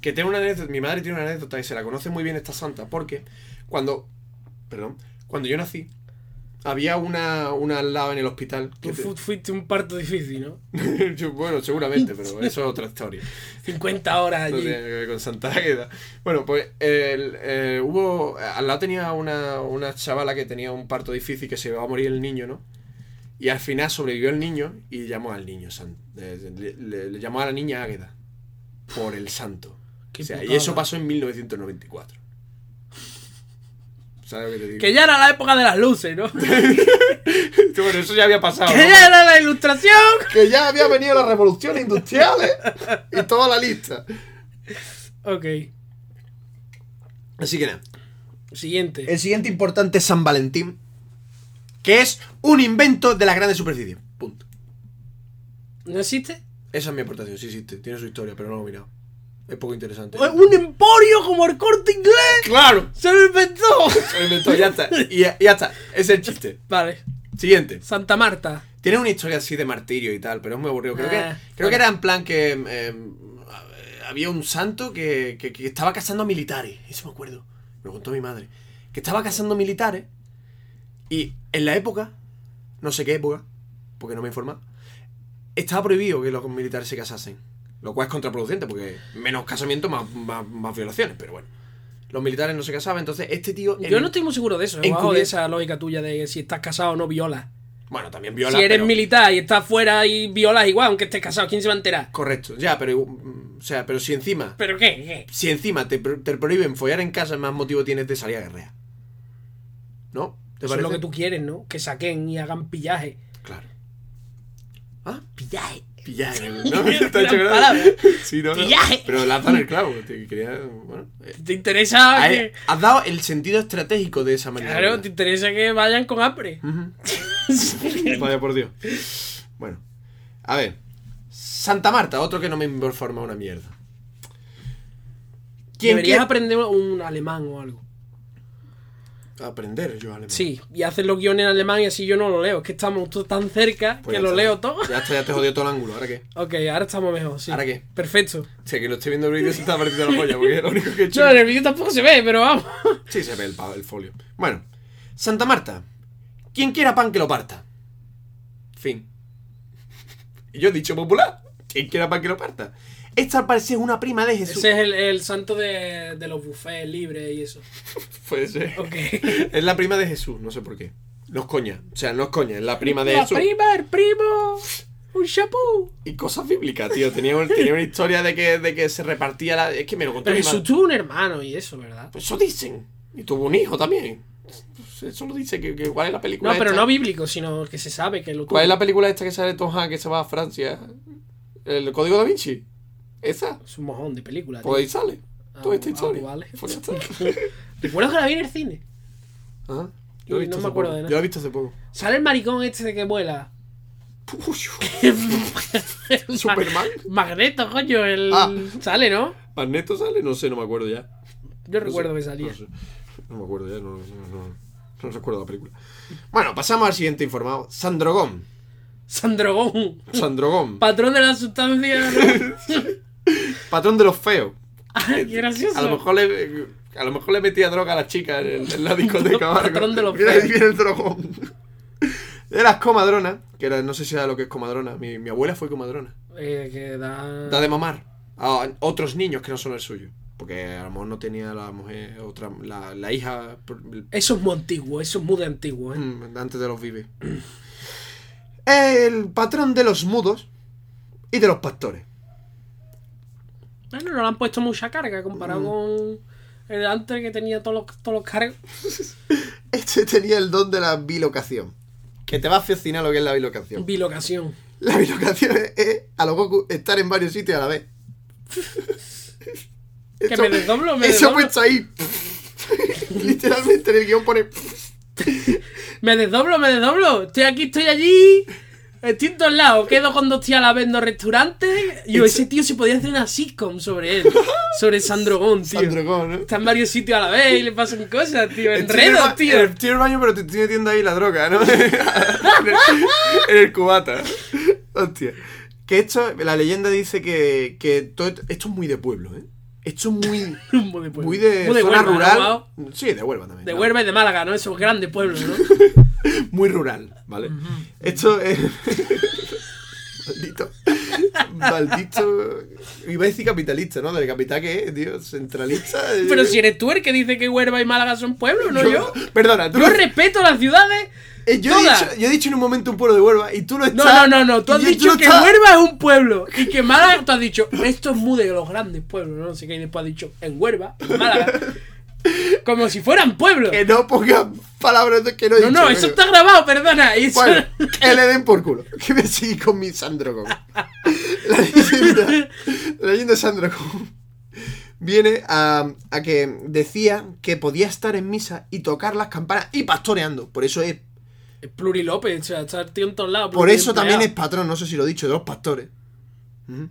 Que tengo una anécdota, mi madre tiene una anécdota y se la conoce muy bien esta santa, porque cuando, perdón, cuando yo nací, había una, una lava en el hospital. que
Tú
te-
fu- fuiste un parto difícil, ¿no?
*laughs* Yo, bueno, seguramente, pero eso es otra historia.
50 horas
No
allí.
tiene que ver con Santa Águeda. Bueno, pues el- eh, hubo. Al lado tenía una, una chavala que tenía un parto difícil que se iba a morir el niño, ¿no? Y al final sobrevivió el niño y llamó al niño. san- eh, le, le- le llamó a la niña Águeda. Por el santo.
Qué
O sea, y
putada.
eso pasó en 1994. ¿Sabes lo que te digo?
Que ya era la época de las luces, ¿no? que
*laughs* Bueno, eso ya había pasado. ¿no?
ya era la ilustración.
Que ya había venido las revoluciones industriales ¿eh? y toda la lista.
Ok.
Así que nada.
Siguiente.
El siguiente importante es San Valentín, que es un invento de las grandes superficies. Punto.
¿No existe?
Esa es mi aportación, sí existe, tiene su historia, pero no lo he mirado. Es poco interesante.
Un emporio como el corte inglés.
¡Claro!
Se lo inventó. *laughs*
*laughs* Se lo inventó, ya está. Y ya, ya está. Es el chiste.
vale.
Siguiente.
Santa Marta.
Tiene una historia así de martirio y tal, pero es muy aburrido. Creo,
Ah,
que, creo que era en plan que eh, había un santo que, que- que estaba casando a militares. Eso me acuerdo. Me lo contó mi madre. Que estaba casando a militares. Y en la época, no sé qué época, porque no me he informado, estaba prohibido que los militares se casasen. Lo cual es contraproducente, porque menos casamiento, más, más, más violaciones. Pero bueno, los militares no se casaban. Entonces, este tío.
Yo
en-
no estoy muy seguro de eso.
en
¿eh? Bajo de
Cuba-
esa lógica tuya de que si estás casado o no violas.
Bueno, también viola.
si eres
pero-
militar y estás fuera y violas igual, aunque estés casado, ¿quién se va a enterar?
Correcto, ya, pero. mm, O sea, pero si encima.
¿Pero qué? ¿Qué?
si encima te, pro- te prohíben follar en casa, más motivo tienes de salir a guerrear. ¿No?
¿Te
Eso es lo que
parece?
tú quieres, ¿no? Que saquen y hagan pillaje.
Claro. ¿Ah?
Pillaje. *laughs*
Pillaje. No, te ha hecho gracia.
palabra.
Sí, no, no.
Pillaje.
Pero lanzan el clavo. Te quería.
*laughs*
Bueno. eh,
¿Te interesa
a-
que...
Has dado el sentido estratégico de esa manera.
Claro, ¿te interesa que vayan con hambre? *laughs*
Ujú. Vaya por Dios. Bueno. A ver. Santa Marta, otro que no me informa una mierda. ¿Quién
Deberías
quiere
aprender un alemán o algo.
aprender yo alemán?
Sí, y haces los guiones en alemán y así yo no lo leo. Es que estamos tú tan cerca
Pues
que
ya
lo
está.
leo todo. *laughs*
Ya está, ya te jodió todo el ángulo. ¿Ahora qué?
Ok, ahora estamos mejor, sí.
¿Ahora qué?
Perfecto.
O sea, que no estoy viendo el vídeo se está partiendo la polla,
*laughs*
porque es lo único que he hecho.
No, en el vídeo tampoco se ve, pero
*laughs*
vamos.
Sí, se ve el, pa- el folio. Bueno, Santa Marta. Quien quiera pan que lo parta. Fin. *laughs* Y yo he dicho popular. Quien quiera pan que lo parta. Esta al parecer es una prima de Jesús.
Ese es el, el santo de, de los buffets libres y eso.
*laughs* Puede ser.
Ok.
*laughs* Es la prima de Jesús, no sé por qué. No es coña. O sea, no es coña, es la prima de
La
Jesús.
prima, el primo. Un chapú.
Y cosas bíblicas, tío. Tenía, un- tenía una historia de que, de que se repartía la. Es que me lo contó
Pero
mi
Jesús
madre.
tuvo un hermano y eso, ¿verdad?
Pues eso dicen. Y tuvo un hijo también. Pues Eso lo dice, que, que cuál es la película.
No, pero
esta?
no bíblico, sino que se sabe que lo tuvo.
¿Cuál es la película esta que sale Tom Hanks que se va a Francia? ¿El Código da Vinci? ¿Esa?
Es un mojón de película. tío.
Pues ahí sale. Toda esta
Ah,
historia.
ah, vale.
Pues ya está.
*laughs*
¿Ah?
Recuerdo que la vi en el cine.
Ajá.
Y no me
hace
acuerdo
poco.
de nada.
Yo la he visto hace poco.
Sale el maricón este que vuela.
*laughs* ¿Superman?
Magneto, coño, el...
Ah.
Sale, ¿no?
¿Magneto sale? No sé, no me acuerdo ya.
Yo
No
recuerdo
sé,
que salía.
No, sé. No me acuerdo ya, no, no, no- no recuerdo la película. Bueno, pasamos al siguiente informado. Sandrogón.
Sandrogón.
Sandrogón.
Patrón de la sustancia. ¿no?
*laughs* patrón de los feos.
Ay, Qué gracioso.
A lo mejor le, a lo mejor le metía droga a la chica en, el- en la discoteca. o algo.
*laughs* Patrón de los
Mira,
feos.
ahí viene el drogón. *laughs* De las comadronas, que era, no sé si era lo que es comadrona. Mi, mi abuela fue comadrona.
Eh, que da...
Da de mamar a otros niños que no son el suyo. Porque a lo mejor no tenía la mujer, otra, la, la hija
Eso es muy antiguo, eso es muy de antiguo, ¿eh?
Mm, Antes de
*clears throat*
los vive. El patrón de los mudos y de los pastores.
Bueno, no le han puesto mucha carga comparado
Mm.
con el antes que tenía todos los, todos los cargos.
Este tenía el don de la bilocación. Que te va a fascinar lo que es la bilocación.
Bilocación.
La bilocación es, es, a lo Goku estar en varios sitios a la vez.
Que me desdoblo, me
Eso
desdoblo.
puesto ahí. Literalmente en el guión pone.
Me desdoblo, me desdoblo. Estoy aquí, estoy allí. Estoy en todos lados. Quedo con dos tías a la vez en dos restaurantes. Yo, ese tío se podía hacer una sitcom sobre él. Sobre Sandrogón, tío.
Sandrogón, ¿no?
Está en varios sitios a la vez y le pasan cosas, tío.
Estoy en eh, el
Enredos,
ba-
tío.
Estoy en el baño, pero te estoy metiendo ahí la droga, ¿no? *laughs* en, el, en el cubata. Hostia. Que esto, la leyenda dice que, que todo, esto- esto es muy de pueblo, ¿eh? Esto es muy,
Muy de, pueblo.
muy de
Muy de
zona
Huelva, ¿no,
rural.
Guau?
Sí, de Huelva también.
De
¿no?
Huelva y de Málaga, ¿no? Esos grandes pueblos,
*laughs*
¿no?
Muy rural, ¿vale? Esto es... *laughs* Maldito. Maldito... Iba a decir capitalista, ¿no? Del capital que es, tío. Centralista. eh,
Pero si eres tú el que dice que Huelva y Málaga son pueblos, no yo.
Perdona, tú
Yo
no-
respeto las ciudades.
Eh, yo, he
Todas.
dicho, yo he dicho en un momento un pueblo de Huelva y tú lo
No,
estás.
no, no, no. Tú has
y- y
dicho
lo
que
estás-
Huelva es un pueblo y que Málaga. Tú has dicho, esto es muy de los grandes pueblos, ¿no? no sé qué. Y después has dicho, en Huelva, en
*laughs*
Málaga. Como si fueran pueblos.
Que no pongas palabras que no he
No,
dicho. eh.
no, eso
coño.
está grabado, perdona. Eso-
Bueno, que le den por culo. Que me sigue con mi Sandrogón. La leyenda, la leyenda de Sandrogón viene a, a que decía que podía estar en misa y tocar las campanas y pastoreando. Por eso es.
*laughs* Es plurilópez, o sea, está el tío en todos lados.
Por eso también es
pluriempleado.
patrón, no sé si lo he dicho, de los pastores. Ujú.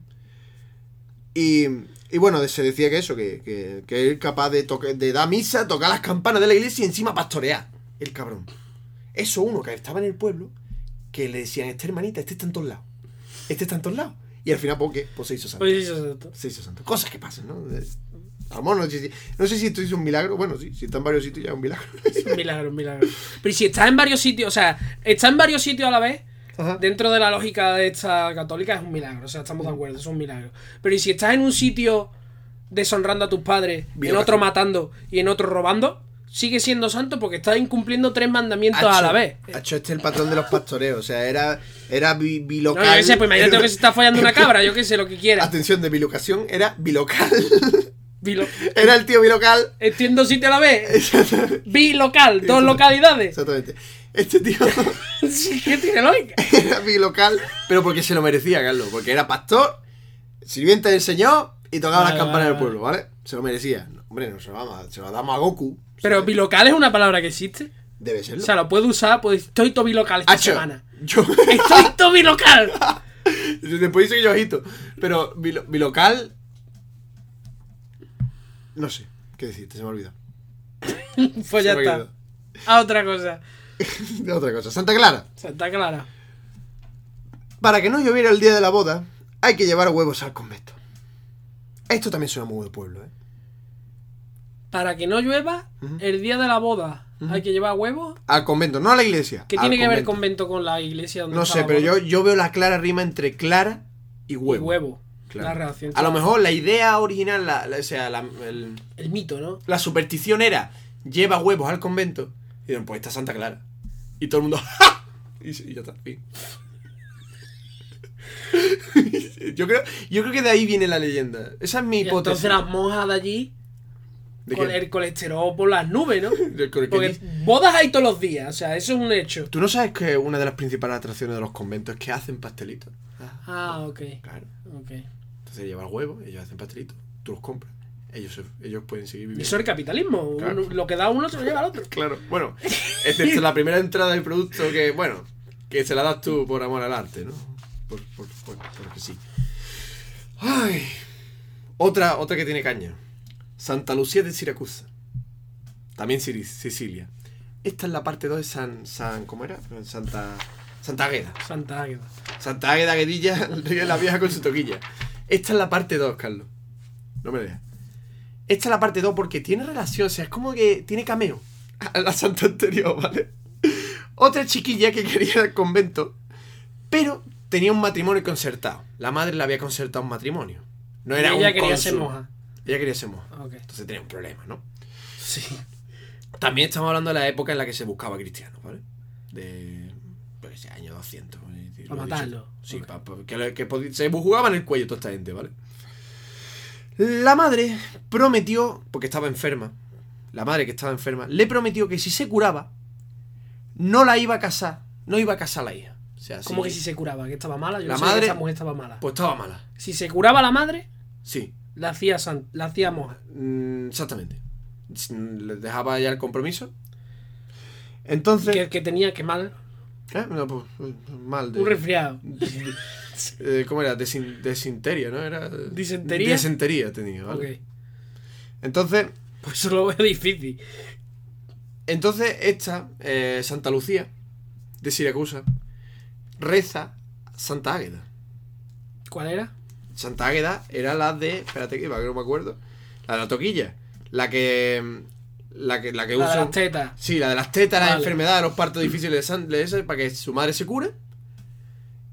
Y, y bueno, se decía que eso, que, que, que él capaz de, toque- de dar misa, tocar las campanas de la iglesia y encima pastorear. El cabrón. Eso uno que estaba en el pueblo, que le decían, este hermanita, este está en todos lados. Este está en todos lados. Y al final, ¿por qué? Pues se hizo santo.
Pues eso es otro.
Se hizo santo. Cosas que pasan, ¿no? Es- A lo mejor no sé, si, no sé si esto hizo un milagro. Bueno, sí, si está en varios sitios ya es un milagro.
Es un milagro, un milagro. Pero si está en varios sitios, o sea, está en varios sitios a la vez,
Ajá.
dentro de la lógica de esta católica, es un milagro. O sea, estamos de acuerdo, es un milagro. Pero y si estás en un sitio deshonrando a tus padres, en
Biología.
otro matando y en otro robando, sigue siendo santo porque estás incumpliendo tres mandamientos
Hacho,
a la vez.
Hacho, este es el patrón de los pastoreos. O sea, era, era bi-
No,
bilocal.
yo qué pues sé, pues imagínate que se está follando una cabra, yo qué sé, lo que quiera.
Atención, de bilocación era bilocal. *laughs*
Bilo-
Era el tío bilocal. *laughs*
Estoy en dos sitios a la vez.
Exactamente.
Bilocal, dos localidades.
Exactamente. Este tío *laughs*
Sí, ¿Qué tiene lógica?
era bilocal, pero porque se lo merecía, Carlos. Porque era pastor, sirviente del Señor y tocaba
Vale,
las campanas
vale,
del pueblo, ¿vale? Se lo merecía. No, hombre, no se lo, vamos a- se lo damos a Goku.
Pero bilocal es una palabra que existe.
Debe
O
serlo.
sea, lo puedo usar, pues estoy to bilocal esta
Acho,
semana. *laughs*
Yo...
¡Estoy to
*laughs*
bilocal!
Después hice yo ojito. Pero mi, lo- mi local. No sé qué decirte, se me olvidó.
Pues ya
Se me ha
está. A otra cosa.
olvidado. *laughs* Otra cosa. Santa Clara.
O sea, está clara.
Para que no lloviera el día de la boda, hay que llevar huevos al convento. Esto también suena muy de pueblo, ¿eh?
Para que no llueva, el día de la boda hay que llevar huevos.
Al convento, no a la iglesia.
¿Qué
al
tiene que ver el convento
convento.
con la iglesia? Donde
No
está
sé,
la
pero
boda?
yo, yo veo la clara rima entre clara y
Y
huevo.
Huevo.
Claro.
La relación.
A lo mejor la idea original, la- la- o sea, la, el-
El mito, ¿no?
la superstición era lleva huevos al convento. Y dicen, pues está Santa Clara. Y todo el mundo, *laughs* Y, y ya está. fin. *laughs* yo, creo, yo creo que de ahí viene la leyenda. Esa es mi
Y
hipótesis.
entonces las monjas de allí,
¿De
con
qué?
el colesterol por las nubes,
*laughs*
¿no?
Del cole- que
Porque
dice-
bodas hay todos los días, o sea, eso es un hecho.
Tú no sabes que una de las principales atracciones de los conventos es que hacen pastelitos. Ah,
Ah, ok.
claro.
ok.
Entonces lleva huevos, ellos hacen pastelitos, tú los compras. Ellos, se- ellos pueden seguir
Y
viviendo.
eso es el capitalismo.
Claro.
uno- lo que da uno se lo lleva al otro.
*laughs* Claro, bueno, excepto la primera entrada del producto que, bueno, que se la das tú por amor al arte, ¿no? Por, por, por- porque sí. Ay. Otra, otra que tiene caña. Santa Lucía de Siracusa. También Siri- Sicilia. Esta es la parte 2 de San, San. ¿Cómo era? Santa. Santa Águeda.
Santa Águeda.
Santa Águeda Guedilla, *laughs* el río de la vieja con su toquilla. Esta es la parte 2, Carlos. No me veas. Esta es la parte 2 porque tiene relación, o sea, es como que tiene cameo a la santa anterior, ¿vale? Otra chiquilla que quería ir al convento, pero tenía un matrimonio concertado. La madre le había concertado un matrimonio. No era
Y ella
un
quería
cónsul.
ser monja. Ah,
Ella quería ser moja.
Ok.
Entonces tenía un problema, ¿no?
Sí.
También estamos hablando de la época en la que se buscaba cristiano, ¿vale? De. Pues año 200. ¿vale? Lo he dicho.
matarlo.
Sí,
Ok.
pa- pa- que, lo- que podi- se jugaban el cuello toda esta gente, ¿vale? La madre prometió, porque estaba enferma, la madre que estaba enferma, le prometió que si se curaba, no la iba a casar, no iba a casar a la hija. O sea,
Como que si se curaba, que estaba mala. Yo
La
no sabía que
madre-
esa mujer estaba mala.
Pues estaba mala,
Si se curaba la madre,
sí.
la hacía, san- la hacía monja.
Mm, exactamente. Mm, Les dejaba ya el compromiso. Entonces...
Que, que tenía que mal.
Eh, no, pues, mal de...
Un resfriado.
Eh, ¿Cómo era? Desin- desinteria, ¿no? Era... eh,
¿Disentería?
Desentería tenía, ¿vale?
Ok.
Entonces,
Pues eso lo veo *laughs* difícil.
entonces esta, eh, Santa Lucía, de Siracusa, reza a Santa Águeda.
¿Cuál era?
Santa Águeda era la de... Espérate, que va, que no me acuerdo. La de la toquilla. La que... La que, la que
La de
usa...
las tetas.
Sí, la de las tetas, la
Vale.
enfermedad, los partos difíciles de San- de esas, para que su madre se cure.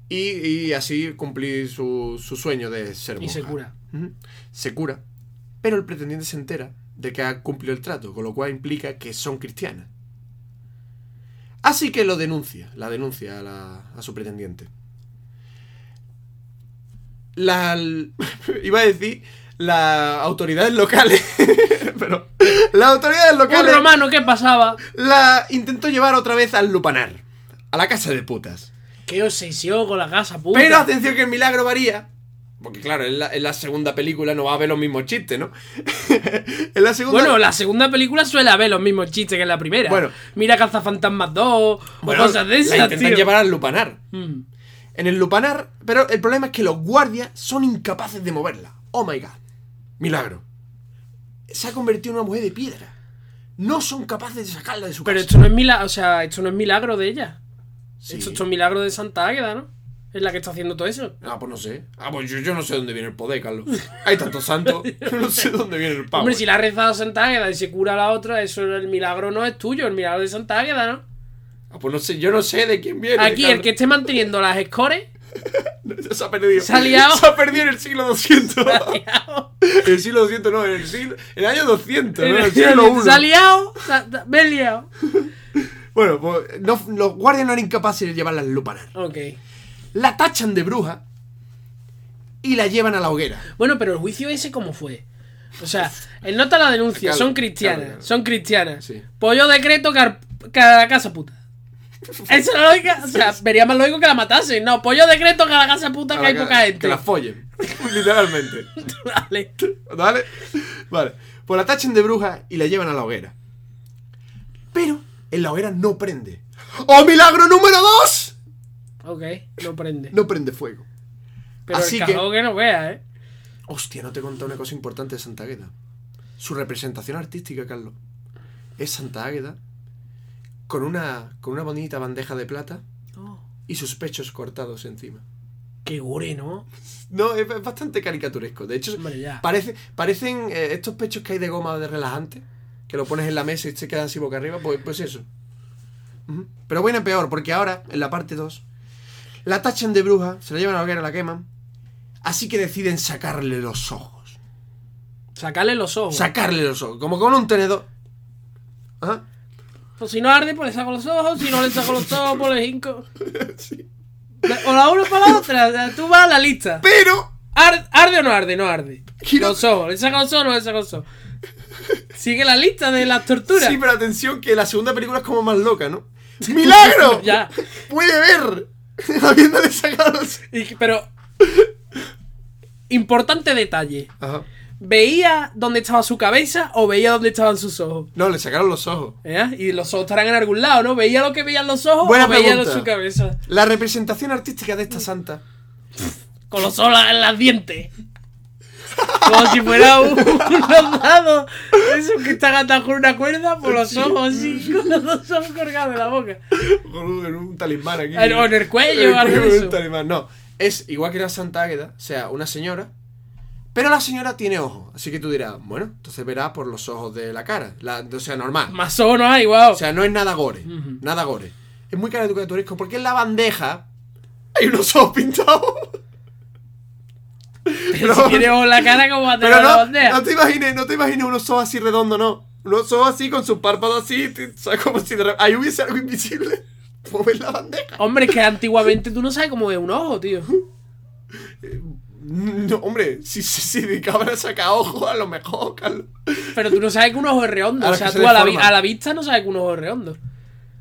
Y, y así cumplir su, su sueño de ser
Y se
monja.
cura.
Ujú. Se cura. Pero el pretendiente se entera de que ha cumplido el trato, con lo cual implica que son cristianas. Así que lo denuncia, la denuncia a, la- a su pretendiente. La, *laughs* iba a decir las autoridades locales, *laughs* pero las autoridades
Un
locales
romano que pasaba.
la intentó llevar otra vez al lupanar, a la casa de putas.
Qué obsesión con la casa puta.
Pero atención que el milagro varía. Porque claro, en la, en la segunda película no va a haber los mismos chistes, ¿no? *laughs* en la segunda...
Bueno, la segunda película suele haber los mismos chistes que en la primera.
Bueno.
Mira Cazafantasmas 2
Bueno,
o cosas de
la
esas,
intentan
tío.
llevar al lupanar.
Mm.
En el lupanar, pero el problema es que los guardias son incapaces de moverla. Oh my god. Milagro. Se ha convertido en una mujer de piedra. No son capaces de sacarla de su
Pero
casa.
esto no es milagro, o sea, esto no es milagro de ella.
Sí.
Esto, esto es milagro de Santa Águeda, ¿no? Es la que está haciendo todo eso.
Ah, pues no sé. Ah, pues yo, yo no sé dónde viene el poder, *laughs* Carlos. Hay tantos santos. Yo no sé dónde viene el power.
Hombre, si la ha rezado Santa Águeda y se cura la otra, eso el milagro no es tuyo, el milagro de Santa Águeda, ¿no?
Ah, pues no sé, yo no sé de quién viene.
Aquí el
Carlos.
que esté manteniendo las *laughs*
*laughs*
escores,
Ya se ha perdido.
Se ha liado.
Se ha perdido en el siglo 200. *laughs* en el siglo 200 no, en el siglo... En el año 200, no, en el siglo
*laughs*
1.
se ha liado, se ha- me he liado.
Bueno, pues no- los guardias no eran incapaces de llevarla al lupanar.
Ok.
La tachan de bruja y la llevan a la hoguera.
Bueno, pero el juicio ese, ¿cómo fue? O sea, el nota la denuncia,
Claro,
son cristianas,
claro, claro.
son cristianas.
Sí.
Pues yo decreto car- cada casa
*laughs*
puta. Eso es lo que- o sea, vería más lógico que la matasen. No, pues yo decreto cada casa puta
A
que
la
hay
cara,
poca gente.
Que la follen. *laughs* Literalmente.
*laughs* Vale.
¿Vale? Vale. Pues la tachen de bruja y la llevan a la hoguera. Pero en la hoguera no prende. ¡Oh, milagro número 2!
Ok, no prende.
No prende fuego.
Pero
así
el
que-
cajón que... no vea, ¿eh?
Hostia, no te he contado una cosa importante de Santa Águeda. Su representación artística, Carlos, es Santa Águeda con una, con una bonita bandeja de plata y sus pechos cortados encima.
qué gore,
*laughs*
¿no?
No, es, es bastante caricaturesco. De hecho,
Hombre, ya.
parece, parecen eh, estos pechos que hay de goma de relajante, que lo pones en la mesa y se quedan así boca arriba, pues, pues eso. Ujú. Pero bueno, peor, porque ahora, en la parte 2, la tachan de bruja, se la llevan a la hoguera, la queman, así que deciden sacarle los ojos.
Sacarle los ojos.
sacarle los ojos, como con un tenedor. Ajá.
Pues si no arde, pues le saco los ojos. Si no le saco los ojos, pues le
*laughs*
hinco. O la una para la otra. o sea, Tú vas a la lista.
Pero,
Ar- ¿Arde o no arde? No arde.
Quiero-
Los ojos. ¿Le saco los ojos o no le saco los ojos? Sigue la lista de las torturas.
sí, pero atención, que la segunda película es como más loca,
*laughs*
¿no? ¡Milagro!
Ya.
¡Puede ver! *laughs* Habiéndole sacado los
Y- pero... Importante detalle.
Ajá.
¿Veía dónde estaba su cabeza o veía dónde estaban sus ojos?
No, le sacaron los ojos.
¿Eh? Y los ojos estarán en algún lado, ¿no? ¿Veía lo que veían los ojos
Buena
o veía
pregunta.
su cabeza?
La representación artística
Mm.
de esta santa.
Con los ojos en las dientes. Como si fuera un, *laughs* un dado. Eso que está atado con una cuerda por los ojos así, *laughs* con los dos ojos colgados de la boca.
Con un, en un talismán aquí.
En- o en el cuello,
En el
o algo de
con
eso.
un talismán. No, es igual que la Santa Águeda, o sea, una señora. Pero la señora tiene ojos, así que tú dirás, bueno, entonces verá por los ojos de la cara. La, o sea, normal.
Más ojos no hay, guau.
O sea, no es nada gore. Nada gore. Es muy caricaturesco porque en la bandeja hay unos ojos pintados. Pero,
*laughs* si tiene ojos en la cara como a tener
pero
la
no,
bandera.
no te imagines, no te imagines unos ojos así redondos, no. Unos ojos así con sus párpados así. t- O sea, como si de re- ahí hubiese algo invisible. *laughs* Mover la bandeja.
Hombre, es que antiguamente tú no sabes cómo es un ojo, tío.
No, hombre, si se si, dedicaban a sacar ojos, a lo mejor, Carlos.
Pero tú no sabes que un ojo es redondo.
Ahora
o sea,
que se
tú a la, vi-
deforma.
a la vista no sabes que un ojo es redondo.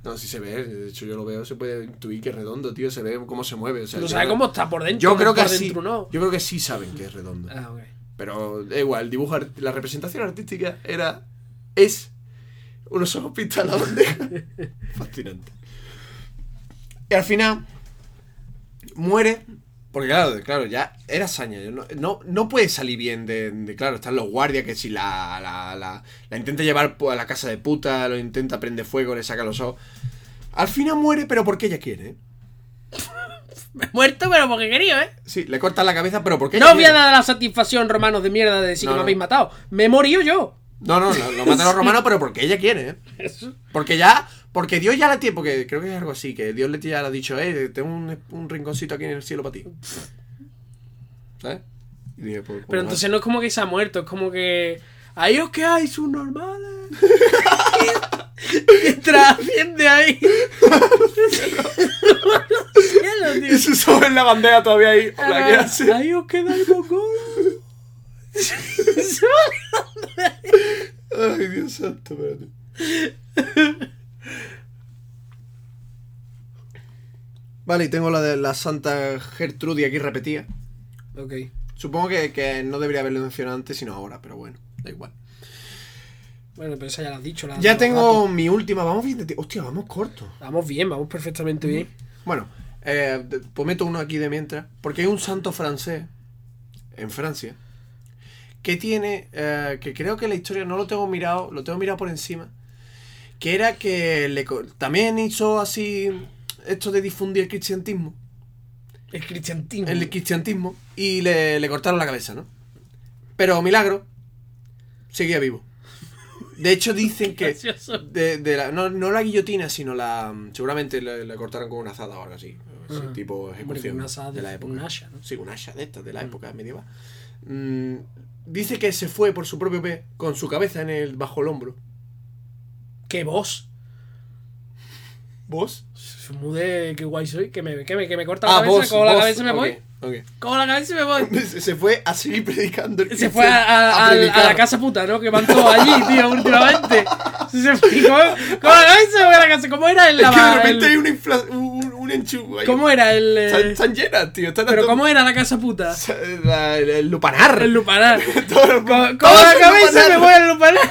No, si se ve, de hecho yo lo veo, se puede intuir que es redondo, tío, se ve cómo se mueve. O sea,
Tú no
yo
sabes
creo-
cómo está por dentro.
Yo creo que
por
sí.
dentro un
Yo
ojo.
creo que sí saben que es redondo.
Ah, ok.
Pero da igual, el dibujo, art- la representación artística era. es. unos ojos pintados a la bandeja. Fascinante. Y al final. muere. Porque claro, claro, ya era saña. yo No, no, no puede salir bien de, de- Claro, están los guardias que si la, la, la, la intenta llevar po- a la casa de puta, lo intenta prender fuego, le saca los ojos. Al final muere, pero porque ella quiere. ¿eh?
Me he muerto, pero porque quería, ¿eh?
Sí, le cortan la cabeza, pero porque
No
ella
voy a
quiere.
dar la satisfacción, romanos de mierda, de decir
No,
que me
no.
habéis matado. Me he morido yo.
No, no, lo, lo matan los romanos, pero porque ella quiere. ¿eh? Porque ya, porque Dios ya la tiene, porque creo que es algo así, que Dios le ya le ha dicho, eh, tengo un, un rinconcito aquí en el cielo para ti. ¿Sabes? Y dije, pues, pues,
Pero entonces no es como que se ha muerto, es como que. Ahí os quedáis sus
*laughs*
normales. Mientras asciende
*laughs*
ahí. Cielo,
*laughs* Y
tío.
se sube en la bandera todavía ahí. Hola, ¿qué hace?
Ahí os quedáis mongolos.
Ay, Dios
*laughs*
santo, espérate. Vale, y tengo la de la Santa Gertrudis aquí repetida.
ok.
Supongo que, que no debería haberlo mencionado antes, sino ahora, pero bueno, da igual.
Bueno, pero esa ya la has dicho. la-
Ya
los
tengo
datos.
mi última, vamos bien de ti- Hostia, vamos corto.
Vamos bien, vamos perfectamente bien.
Bueno, eh, de- pues meto uno aquí de mientras. Porque hay un santo francés en Francia que tiene, eh, que creo que la historia no lo tengo mirado, lo tengo mirado por encima. Que era que le co- también hizo así esto de difundir el cristianismo,
El cristiantismo.
el cristianismo y le, le cortaron la cabeza, ¿no? Pero milagro, seguía vivo. De hecho
*laughs*
dicen que
Gracioso.
de, de la- no, no la guillotina, sino la. Seguramente le, le cortaron con una azada o algo así. ese
Ajá.
tipo de
Ah. Hombre,
ejecución
con una azada,
de la época.
un asha, ¿no?
Sí, una asha de estas, de la época medieval. Mm, dice que se fue por su propio pie, con su cabeza en el bajo el hombro.
Qué voz.
¿Vos?
Mude, qué guay soy, que me, que me, que me corta la
Ah,
cabeza,
vos.
cojo la
Ah, vos,
cabeza y me
ok. *laughs*
voy.
Ok.
Como la cabeza y me voy.
Se se fue a seguir predicando. el
Se fue a, a-
a
a-
predicar.
a la casa puta, ¿no? Que van todos allí,
*laughs*
tío, últimamente. Se fue, ¿cómo, cómo la cabeza se fue a la casa? ¿Cómo era el
Es que de
lava-
repente
el-
hay una infla- un, un- un enchufe ahí.
¿Cómo era el...? eh,
Están, están llenas, tío. Están
¿Pero
a todo-
cómo era la casa puta?
*laughs* La- la- el lupanar.
El lupanar.
*laughs* Todo lo-
¿Cómo, cómo
todo
la
el
cabeza
lupanar.
me voy al lupanar?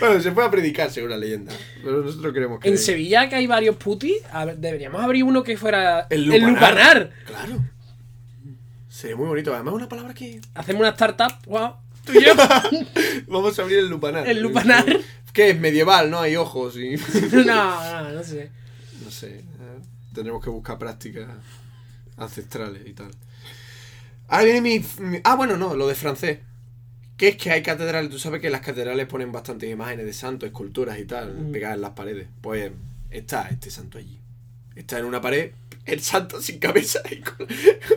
Bueno, se fue a predicar, según la leyenda. Pero nosotros queremos que.
En Sevilla, que hay varios putis, a ver, deberíamos abrir uno que fuera...
El lupanar.
lupanar.
Claro. Sería muy bonito. Además, una palabra que.
Hacemos una startup, wow. Tú y yo.
*laughs* Vamos a abrir el lupanar.
El lupanar.
Que es medieval, ¿no? Hay ojos y. *laughs*
no, no, no sé.
No sé. eh, Tendremos que buscar prácticas ancestrales y tal. Ahora viene mi, mi- Ah, bueno, no, lo de francés. Que es que hay catedrales. Tú sabes que las catedrales ponen bastantes imágenes de santos, esculturas y tal,
Mm.
pegadas en las paredes. Pues está este santo allí. Está en una pared, el santo sin cabeza y con,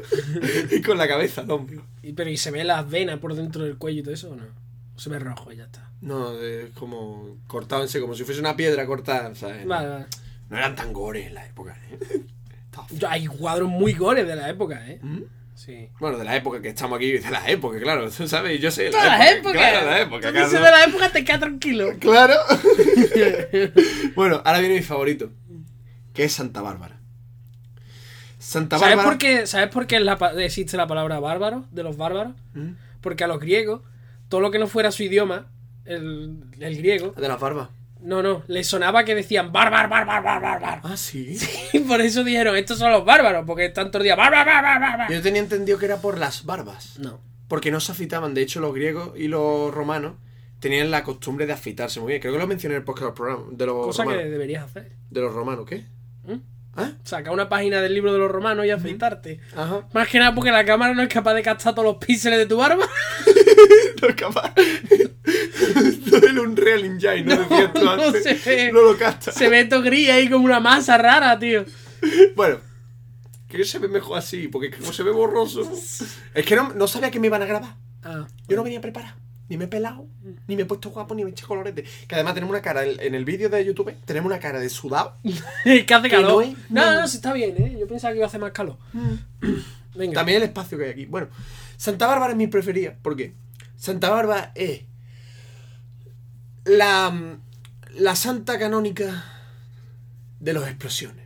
*laughs* y con la cabeza al hombro.
Y- Pero ¿y se ve las venas por dentro del cuello y todo eso o no? ¿O se ve rojo y ya está?
No, es como cortado en seco, como si fuese una piedra cortada, ¿sabes?
Vale, vale.
No eran tan gores en la época, ¿eh? Estaba
Yo- Hay cuadros muy gores de la época, ¿eh?
¿Mm?
Sí.
Bueno, de la época que estamos aquí, de las épocas, claro, tú sabes, yo sé. de
Todas
la
las
época,
épocas.
Claro, de la época,
Tú dices
claro.
de la época te queda tranquilo.
Claro. *laughs* bueno, ahora viene mi favorito, que es Santa Bárbara. Santa
¿Sabes
Bárbara.
por qué, ¿sabes por qué la pa- existe la palabra bárbaro de los bárbaros?
¿Mm?
Porque a los griegos, todo lo que no fuera su idioma, el, el griego,
De las barbas.
no, no, les sonaba que decían bárbar, bárbar, bárbar, bárbar. *laughs*
Ah, sí.
Y por eso dijeron, estos son los bárbaros, porque están todos los días bárbar, bárbar, bárbar.
Yo tenía entendido que era por las barbas.
No.
Porque no se afitaban. De hecho, los griegos y los romanos tenían la costumbre de afitarse muy bien. Creo que lo mencioné en el podcast del programa- de los
Cosa que
romanos.
deberías hacer.
De los romanos, ¿qué?
¿Mm?
¿Ah?
Saca una página del libro de los romanos y afeitarte.
Ajá.
Más que nada porque la cámara no es capaz de captar todos los píxeles de tu barba. *laughs*
No es capaz. Todo el Unreal Engine, ¿no?
No,
Decías tú
no
antes.
se ve.
No lo capta.
Se ve todo gris ahí como una masa rara, tío.
Bueno, que se ve mejor así, porque como se ve borroso. Es que no, no sabía que me iban a grabar.
Ah,
Yo no venía preparado. Ni me he pelado, ni me he puesto guapo, ni me he hecho colorete. Que además tenemos una cara, en en el vídeo de YouTube, tenemos una cara
*laughs*
de sudado.
que hace calor.
no es-
No, no,
no. Mm.
sí está bien, ¿eh? Yo pensaba que iba a hacer más calor. Venga.
También el espacio que hay aquí. Bueno, Santa Bárbara es mi preferida. ¿Por qué? Santa Bárbara es la, la santa canónica de las explosiones.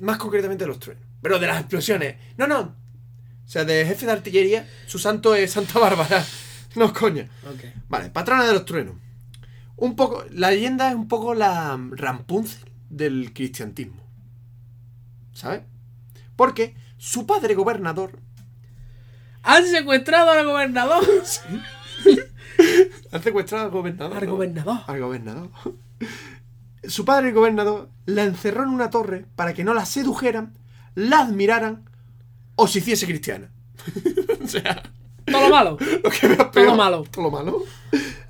Más concretamente de los truenos. Pero de las explosiones. No, no. O sea, de jefe de artillería, su santo es Santa Bárbara. *laughs* No, coña.
Ok.
Vale, patrona de los truenos. Un poco, la leyenda es un poco la Rampunzel del cristiantismo. ¿Sabes? Porque su padre gobernador
Han secuestrado al gobernador.
Han secuestrado al gobernador.
Al
¿no?
gobernador.
Al gobernador. *laughs* Su padre, el gobernador, la encerró en una torre para que no la sedujeran, la admiraran o se hiciese cristiana. *laughs* o sea,
Todo lo
*laughs*
malo.
lo que me ha
Todo lo
pegado-
malo.
Todo lo malo.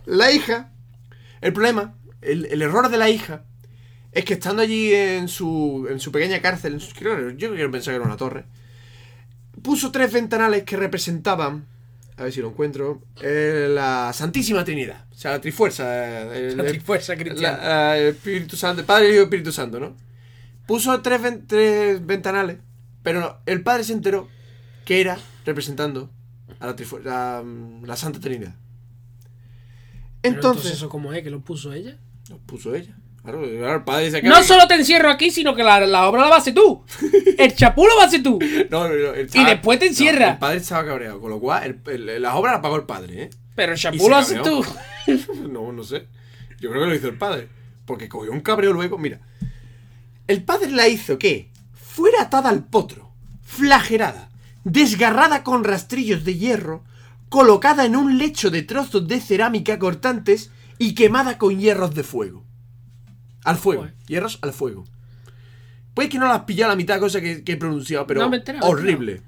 La hija. El problema, el, el error de la hija, es que estando allí en su, en su pequeña cárcel, en su- creo- yo quiero pensar que era una torre, puso tres ventanales que representaban, a ver si lo encuentro, eh, la Santísima Trinidad, o sea, la Trifuerza. eh, el-
La trifuerza
el-
cristiana.
la- ah, el Espíritu Santo, el Padre y el Espíritu Santo, ¿no? Puso tres, ven- tres ventanales, pero el padre se enteró que era representando a la, trifu- la, mm, la Santa Trinidad.
Pero
Entonces,
¿eso cómo es? ¿Que lo puso ella?
lo puso ella. Claro, claro, el padre dice que
No solo te encierro aquí, sino que la, la obra la vas a hacer
*laughs*
tú. El chapú lo vas a hacer tú.
No, no, no, el- estaba-
después te
no,
encierra.
el padre estaba cabreado, con lo cual el- el- la obra la pagó el padre, ¿eh?
Pero el
Y
chapú
se
lo haces
cabreó.
tú.
*laughs* no, no sé. Yo creo que lo hizo el padre. Porque cogió un cabreo luego. Mira. El padre la hizo que fuera atada al potro, flagelada, desgarrada con rastrillos de hierro, colocada en un lecho de trozos de cerámica cortantes y quemada con hierros de fuego. Al fuego.
Joder.
Hierros al fuego. Puede que no las pillado la mitad cosa que, que he pronunciado, pero
No, me he enterado, me he enterado.
horrible.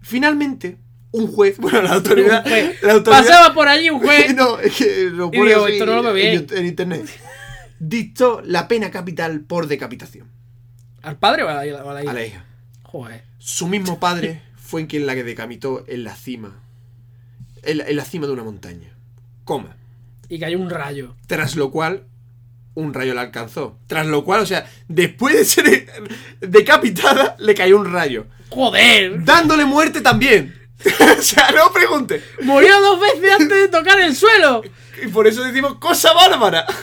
Finalmente, un juez, *laughs* bueno, la autoridad,
Un juez.
la autoridad
Pasaba por allí un
*laughs*
juez.
no, es que lo
Y
pone
digo,
así
esto no lo veo bien.
En, en internet. Dictó la pena capital por decapitación
¿Al padre o a la, o a la hija?
a la hija.
Joder.
Su mismo padre fue en quien la que decapitó en la cima. En, la- en la cima de una montaña. Coma.
Y cayó un rayo.
Tras lo cual un rayo la alcanzó. Tras lo cual, o sea, después de ser decapitada, le cayó un rayo.
¡Joder!
Dándole muerte también. *laughs* o sea, no pregunte.
¡Murió dos veces antes de tocar el
*laughs*
suelo!
Y por eso decimos cosa bárbara. *laughs*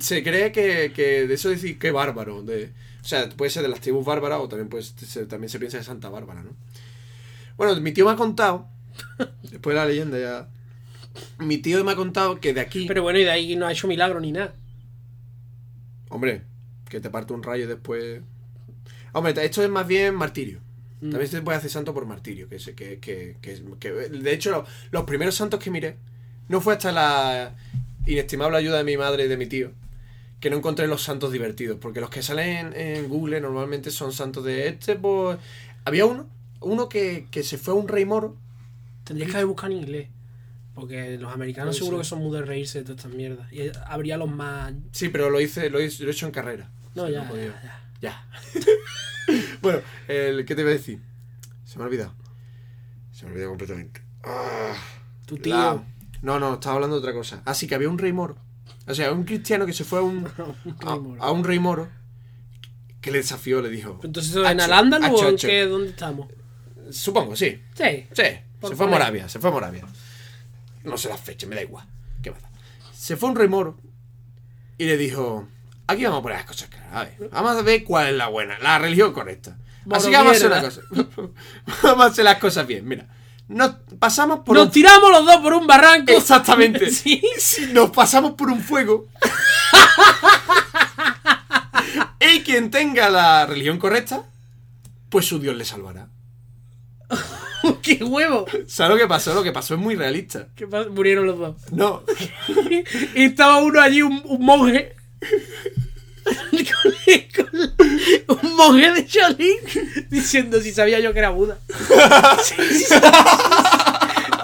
Se cree que, que de eso decir que bárbaro. De, o sea, puede ser de las tribus bárbaras o también, pues, se, también se piensa de Santa Bárbara, ¿no? Bueno, mi tío me ha contado. *laughs* Después de la leyenda ya. Mi tío me ha contado que de aquí.
Pero bueno, y de ahí no ha hecho milagro ni nada.
Hombre, que te parte un rayo después. Hombre, esto es más bien martirio.
Mm.
También se puede hacer santo por martirio, que se- que, que, que, que- de hecho lo- los primeros santos que miré no fue hasta la inestimable ayuda de mi madre y de mi tío que no encontré los santos divertidos, porque los que salen en, en Google normalmente son santos de este, pues había uno, uno que, que se fue a un rey moro,
Tendrías que buscar en inglés. Porque los americanos
Puede
seguro
ser.
que son muy de reírse de todas estas mierdas. Y eh, habría los más.
sí, pero lo hice, lo hice, lo he hecho en carrera.
No,
Sí,
ya,
no podía.
ya, ya.
Ya. *laughs* bueno, el, ¿qué te iba a decir? Se me ha olvidado. Se me ha olvidado completamente. Ah,
Tu tío.
la- No, no, estaba hablando de otra cosa. Así que había un rey moro. O sea, un cristiano que se fue
*laughs*
a un, a,
moro.
a un rey moro que le desafió, le dijo.
Entonces, ¿en
Acho,
Alándalo o
acho,
en
acho.
qué? ¿Dónde estamos?
Supongo, sí.
Sí.
Sí,
Por
se fue a
poner.
Moravia, se fue a Moravia. No sé la fecha, me da igual. ¿Qué pasa? Se fue un rey moro y le dijo: Aquí vamos a poner las cosas claras. A ver, vamos a ver cuál es la buena, la religión correcta.
Moro
Así que vamos a hacer una
mierda.
cosa. *laughs* vamos a hacer las cosas bien. Mira, nos pasamos por
Nos
un-
tiramos los dos por un *laughs* barranco.
Exactamente.
Sí.
Si nos pasamos por un fuego. *laughs* y quien tenga la religión correcta, pues su Dios le salvará. Eh.
*laughs* ¡Qué huevo!
¿Sabes lo que pasó? Lo que pasó es muy realista.
¿Qué pasa? Murieron los dos. *laughs*
No, *laughs*
y estaba uno allí, un, un monje. *laughs* Con- con- un monje de Cholín diciendo si sabía yo que era Buda. *laughs* Sí, sí,
*laughs*
sí.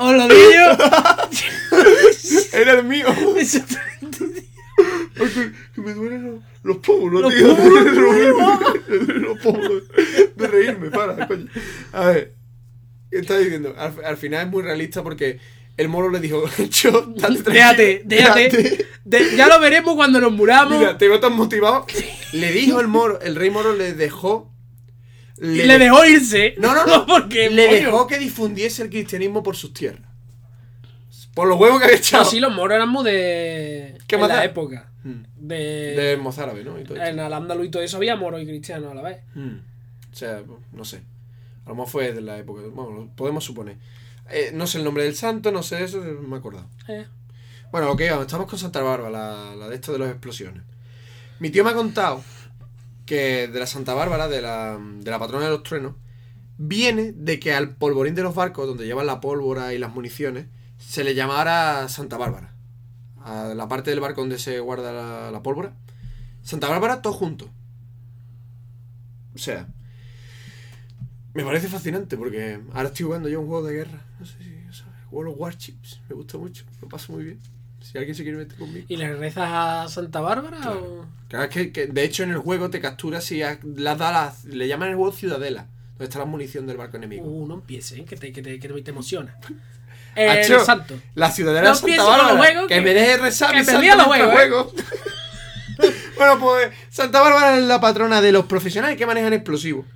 Os lo digo yo.
Era el mío. *laughs*
Exactamente.
que me duelen los, los pómulos,
Los
tío. *laughs*
pómulos,
Me duelen los- me duelen los pómulos. *laughs* De reírme, para, coño. A ver. ¿Qué estás diciendo? Al, al final es muy realista porque el moro le dijo, *laughs* yo, date tranquilo,
Déjate, déjate.
déjate.
De- ya lo veremos cuando nos muramos.
Mira, te veo tan motivado. Le dijo el moro, el rey moro le dejó.
le, dejó irse.
No, no,
*laughs*
no.
porque
le
coño,
dejó que difundiese el cristianismo por sus tierras. Por los huevos que había echado.
No, sí, los moros eran muy de.
¿Qué
en
más
la
da?
época.
Mm.
De,
De mozárabe, ¿no? Y todo esto.
En al y todo eso había moros y cristianos a la vez.
Mm. O sea, no sé. A lo mejor fue de la época. Bueno, lo podemos suponer. Eh, no sé el nombre del santo, no sé eso, no me he acordado.
Eh.
Bueno, ok, vamos, estamos con Santa Bárbara, la, la de esto de las explosiones. Mi tío me ha contado que de la Santa Bárbara, de la, de la patrona de los truenos, viene de que al polvorín de los barcos, donde llevan la pólvora y las municiones, se le llamara Santa Bárbara. A la parte del barco donde se guarda la, la pólvora. Santa Bárbara, todo junto. O sea, me parece fascinante porque ahora estoy jugando yo un juego de guerra. No sé si sabes. World of Warships. Me gusta mucho. Lo paso muy bien. Si alguien se quiere meter conmigo.
¿Y le rezas a Santa Bárbara o.?
Claro, es que, que de hecho en el juego te capturas si has- le has dado las- le llaman en el juego Ciudadela, donde está la munición del barco enemigo.
Uh, no empieces, ¿eh? que, te, que, te, que te
*laughs*
emociona. Eh,
Acho,
el santo.
*laughs* La ciudadela
No
de Santa
empieces con
Bárbara.
los juegos,
que,
que-
me deje rezar
que
mi santo
perdí los
mientras
juegos, ¿eh?
juego. *laughs* bueno, pues Santa Bárbara es la patrona de los profesionales que manejan explosivos.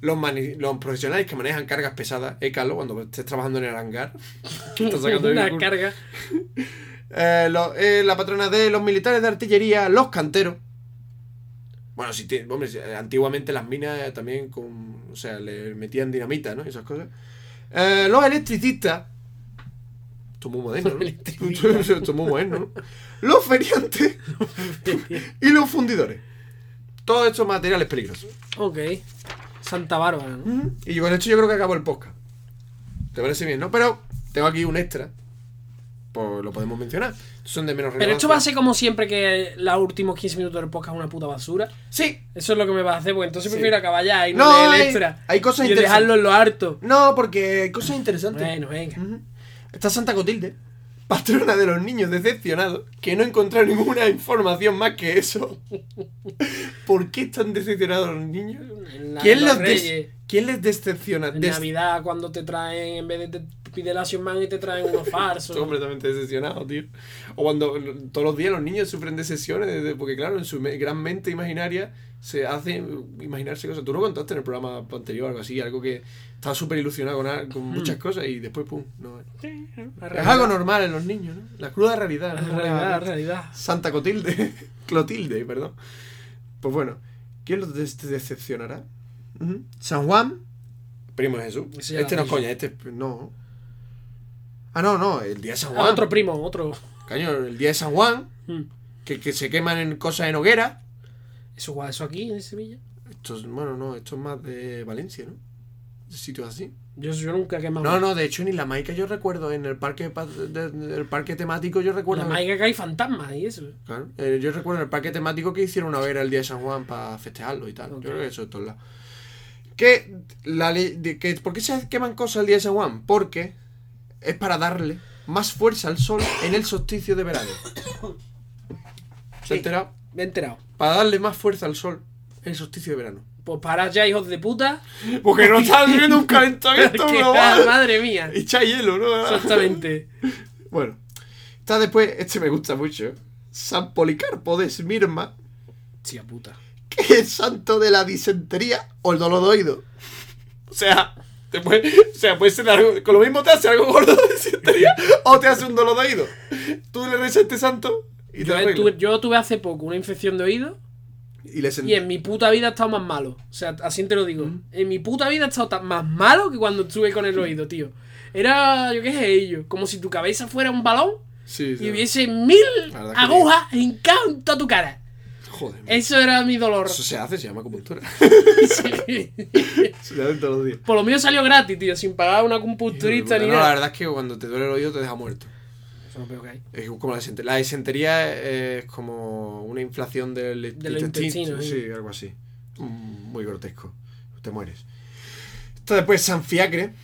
Los, mani- los profesionales que manejan cargas pesadas, eh, Carlos, cuando estés trabajando en el hangar. Estás sacando bien el
Una
culo.
carga.
Eh, lo- eh, la patrona de los militares de artillería, los canteros. Bueno, si tiene- hombre, si- eh, antiguamente las minas eh, también con, o sea, le metían dinamita, ¿no? Y Esas cosas. Eh, los electricistas. Esto es muy moderno, ¿no?
Electricistas.
Esto es muy moderno, ¿no? Los
*laughs*
feriantes y los fundidores. Todos estos materiales peligrosos.
ok. Santa Bárbara, ¿no?
Ujú. Y con esto yo creo que acabo el podcast. ¿Te parece bien, no? Pero tengo aquí un extra. Pues lo podemos mencionar. Son de menos
Pero esto va a
relevancia.
ser como siempre que los últimos 15 minutos del podcast es una puta basura.
Sí,
Eso es lo que me vas a hacer, porque entonces
Sí.
prefiero acabar ya y no,
No,
leer el
hay-
extra.
hay cosas
y dejarlo en lo harto.
No, porque hay cosas interesantes.
Bueno, venga.
Ujú. Está Santa Cotilde, patrona de los niños decepcionados, que no he encontrado ninguna información más que eso. *laughs* ¿Por qué están decepcionados los niños?
En la-
¿Quién,
los
los des-
Reyes,
¿Quién les decepciona?
en
Des-
Navidad, cuando te traen, en vez de te- pide el Action Man y te traen uno
Estoy
falso.
completamente decepcionado, tío. O cuando l- todos los días los niños sufren de sesiones, de- porque claro, en su me- gran mente imaginaria se hace imaginarse cosas. Tú lo contaste en el programa anterior, algo así, algo que estaba súper ilusionado con, al- con muchas cosas y después, pum, no. Es
La
algo normal Ah, en los niños, ¿no? La cruda realidad.
La
¿no?
realidad, la
La-
realidad.
*laughs* Santa Clotilde. *laughs* Clotilde, perdón. Pues bueno, ¿quién los des- te decepcionará? Ujú. San Juan.
Primo de Jesús.
Ese ya
este
lo
no es
dije.
coña, este.
Pues no. Ah, no, no, el día de San
Ah,
Juan.
otro primo, otro.
Caño, el día de San Juan.
Mm.
que, que se queman en cosas en hoguera.
Eso, guau, eso aquí en Sevilla.
Esto es, bueno, no, esto es más de Valencia, ¿no? De sitios así.
Yo, yo nunca he
Ah,
quemado.
No, no, de hecho en Ilamaica yo recuerdo, en el parque pa- de- del parque temático yo
En
recuerdo.
la maiga que hay fantasmas y eso.
Claro, eh, yo recuerdo en el parque temático que hicieron una hoguera el día de San Juan para festejarlo y tal.
Ok.
Yo creo que eso es todos lados. Que la ley de- que, ¿Por qué se queman cosas el día de San Juan? Porque es para darle más fuerza al sol en el solsticio de verano. ¿Se ha
Sí.
enterado?
Me he enterado.
Para darle más fuerza al sol en el solsticio de verano.
Pues parad ya, hijos de puta.
*laughs* Porque no están viviendo
*laughs*
un *laughs* calentamiento
Porque, ah,
global.
madre
*laughs*
mía.
Y echa hielo, ¿no?
Exactamente.
Bueno, está después, este me gusta mucho. San Policarpo de Esmirma,
Tía puta.
que es el santo de la disentería o el dolor de oído. O sea, te puede, o sea, puede ser algo, con lo mismo te hace algo gordo de disentería o te hace un dolor de oído. Tú le rezas a este santo y te
Yo
arregla.
tuve, yo tuve hace poco una infección de oído
Y le sen-
y en mi puta vida he estado más malo. O sea, así te lo digo. En mi puta vida he estado tan más malo que cuando estuve con el oído, tío. Era, yo qué sé, ello. Como si tu cabeza fuera un balón
Sí, sí.
y hubiese mil
verdad que
agujas en toda tu cara.
Joder,
Eso era mi dolor.
eso se hace, se llama acupuntura.
Sí.
*laughs* se hace todos los días.
*laughs* Por lo mío salió gratis, tío, sin pagar una acupunturista ni
no, la
nada.
verdad es que cuando te duele el oído te deja muerto.
Eso es lo peor que hay.
Es como la disentería. La disentería es como una inflación del,
De los intestinos,
Sí, algo así. Mm, Muy grotesco. Te mueres. Esto después San Fiacre.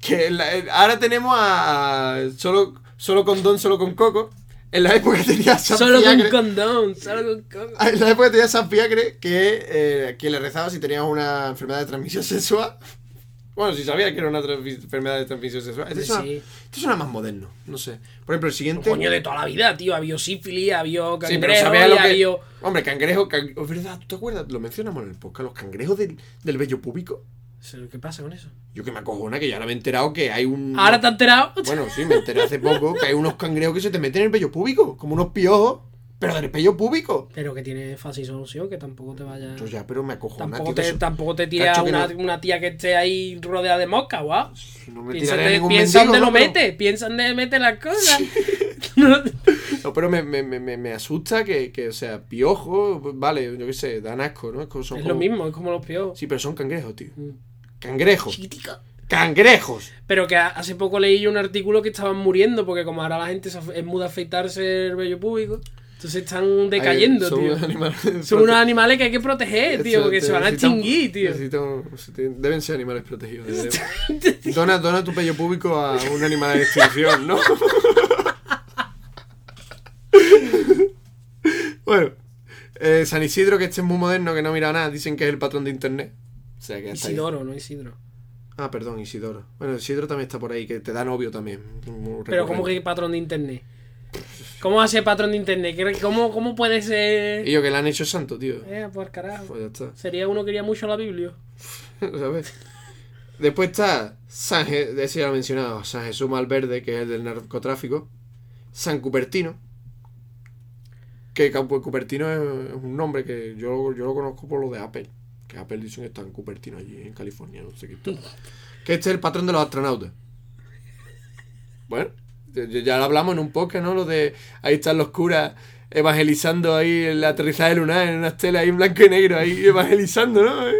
Que la- eh, ahora tenemos a. Solo, solo con Don, solo con Coco. En la época tenía San
Solo con
Fiacre.
condón, solo con condón.
*laughs* En la época tenía San Fiacre que, eh, que le rezaba si tenías una enfermedad de transmisión sexual. *laughs* Bueno, si sabía que era una transmi- enfermedad de transmisión sexual. Este,
Hombre,
suena,
sí.
este suena más moderno, no sé. Por ejemplo, el siguiente.
Coño de toda la vida, tío. Había sífilis, había
Sí, pero
cangrejo,
sabía lo que.
había...
Hombre, cangrejo. can- Es verdad, ¿tú te acuerdas? Lo mencionamos en el podcast, los cangrejos del, del vello púbico.
Eso, ¿Qué pasa con eso?
Yo que me acojona, que ya ahora me he enterado que hay un.
¿Ahora te has enterado?
Bueno, sí, me enteré hace poco que hay unos cangrejos que se te meten en el vello púbico, como unos piojos, pero del vello púbico.
Pero que tiene fácil solución, que tampoco te vaya...
Yo Pues ya, pero me acojona,
Tampoco
tío, de
te,
eso.
tampoco te tira
Cacho que
una,
no.
una tía que esté ahí rodeada de mosca, guau.
No me
Piensa
tiraré a
de-
ningún
piensa
mendigo,
dónde
¿no?
lo
Pero-
mete, piensa dónde mete las cosas. *laughs* No,
No, pero me, me, me, me- me asusta que, que, o sea, piojos, vale, yo qué sé, dan asco, ¿no? Es, como- son
es
como-
lo mismo, es como los peores.
Sí, pero son cangrejos, tío.
Mm.
Cangrejos. Cangrejos.
Pero que ha- hace poco leí yo un artículo que estaban muriendo, porque como ahora la gente se afe- es muda a afeitarse el vello público, entonces están decayendo,
Ay, son
tío.
unos animales-
Son unos animales que hay que proteger, Eh, tío,
Eso,
porque
te
se van a
necesitan-
extinguir,
*laughs*
tío.
necesitan- Este, se te- deben ser animales protegidos. debemos. dona, dona tu pello público a un animal de extinción, ¿no? *laughs* bueno, eh, San Isidro, que este es muy moderno, que no mira nada, dicen que es el patrón de internet. O sea, que hasta ahí.
Isidoro, no Isidro.
Ah, perdón, Isidoro. Bueno, Isidro también está por ahí, que te da novio también. Muy
Pero ¿cómo
recurrente.
que patrón de internet? ¿Cómo va a ser patrón de internet? ¿Qué- ¿Cómo, cómo puede
Y
ser...?
yo que le han hecho santo, tío.
Eh, por carajo.
Pues ya está.
Sería uno que iría mucho a la Biblia.
*laughs* ¿sabes? Después está San Je- ese ya lo he mencionado, San Jesús Malverde, que es el del narcotráfico. San Cupertino. Que Campo- Cupertino es es un nombre que yo, yo lo conozco por lo de Apple. Que Apple dicen que está en Cupertino allí en California, no sé qué tal. Que este es el patrón de los astronautas. Bueno, ya- ya lo hablamos en un podcast, ¿no? Lo de ahí están los curas evangelizando ahí el aterrizaje lunar en unas telas ahí en blanco y negro, ahí evangelizando, ¿no? ¿Eh?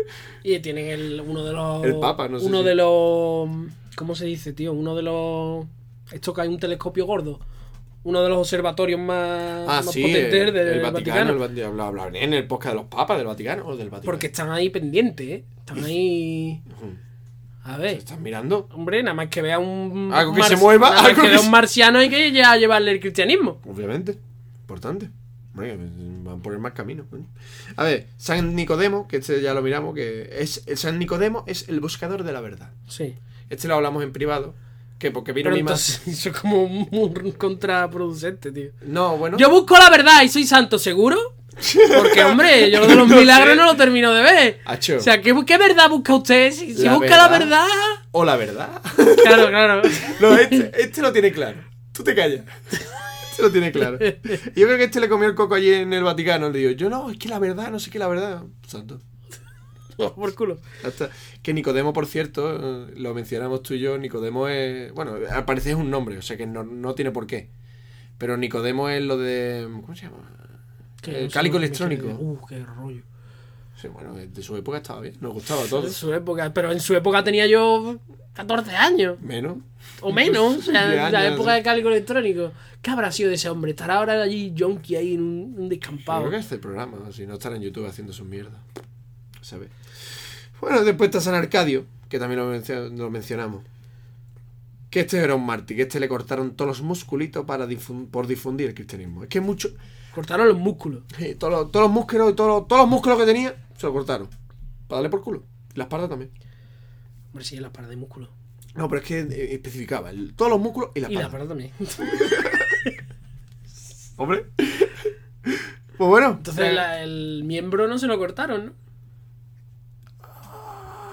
Y tienen el, uno de los...
El Papa, no sé
Uno
si-
de los... ¿Cómo se dice, tío? Uno de los... Esto que hay un telescopio gordo. Uno de los observatorios más,
Ah,
más
sí,
potentes
el,
del
el
Vaticano.
Vaticano, el Vati- habla- habla- en el podcast de los papas del Vaticano o del Vaticano.
Porque están ahí pendientes, ¿eh? Están ahí...
Ujú.
A
¿Te
ver...
estás mirando?
Hombre, nada más que vea un.
Algo que
mar-
se mueva,
nada más
algo
que,
que
vea
se-
un marciano hay que ya llevarle el cristianismo.
Obviamente, importante. Hombre, que van por el más camino. coño. A ver, San Nicodemo, que este ya lo miramos, que es el San Nicodemo es el buscador de la verdad.
Sí.
Este lo hablamos en privado, ¿Qué? Porque vino
Pero
mi madre.
entonces,
*laughs*
eso es como muy contraproducente, tío.
No, bueno.
Yo busco la verdad y soy santo, ¿seguro? Porque, hombre,
*laughs*
yo lo de los
No sé.
milagros no lo termino de ver.
Acho.
O sea, ¿qué, qué verdad busca usted? Si, si
La
busca la
verdad.
verdad...
O la verdad. *laughs*
Claro, claro.
No, este, este lo tiene claro. Tú te callas. Este lo
*laughs*
tiene claro. Yo creo que este le comió el coco allí en el Vaticano. Le digo, yo no, es que la verdad, no sé qué la verdad. Santo.
Por culo.
Ya está. Que Nicodemo, por cierto, eh, lo mencionamos tú y yo, Nicodemo es... Bueno, al parecer es un nombre, o sea que no, no tiene por qué. Pero Nicodemo es lo de... ¿Cómo se llama? El Eh, cálico electrónico.
Uh, qué rollo.
Sí, bueno, de su época estaba bien, nos gustaba a
En
todos.
su época, pero en su época tenía yo 14 años.
Menos.
O menos, o sea,
De
en la
años,
época
*laughs* sí.
de cálico electrónico. ¿Qué habrá sido de ese hombre? Estará ahora allí yonki ahí en un, un
Yo
descampado.
Creo que este programa, si no estar en YouTube haciendo sus mierdas. ¿Sabes? Bueno, después está San Arcadio, que también lo, mencio- lo mencionamos. Que este era un mártir, que este le cortaron todos los musculitos para difun- por difundir el cristianismo. Es que mucho.
Cortaron los músculos.
eh, todos, los, todos los músculos, todos los, todos los músculos que tenía, se lo cortaron. Para darle por culo. Y la espalda también.
Hombre, sí, la espalda de músculo.
No, pero es que eh, especificaba el- todos los músculos y la
Y la
espalda.
espalda también. *laughs*
Hombre. *laughs* pues bueno.
Entonces
eh,
la- el miembro no se lo cortaron, ¿no?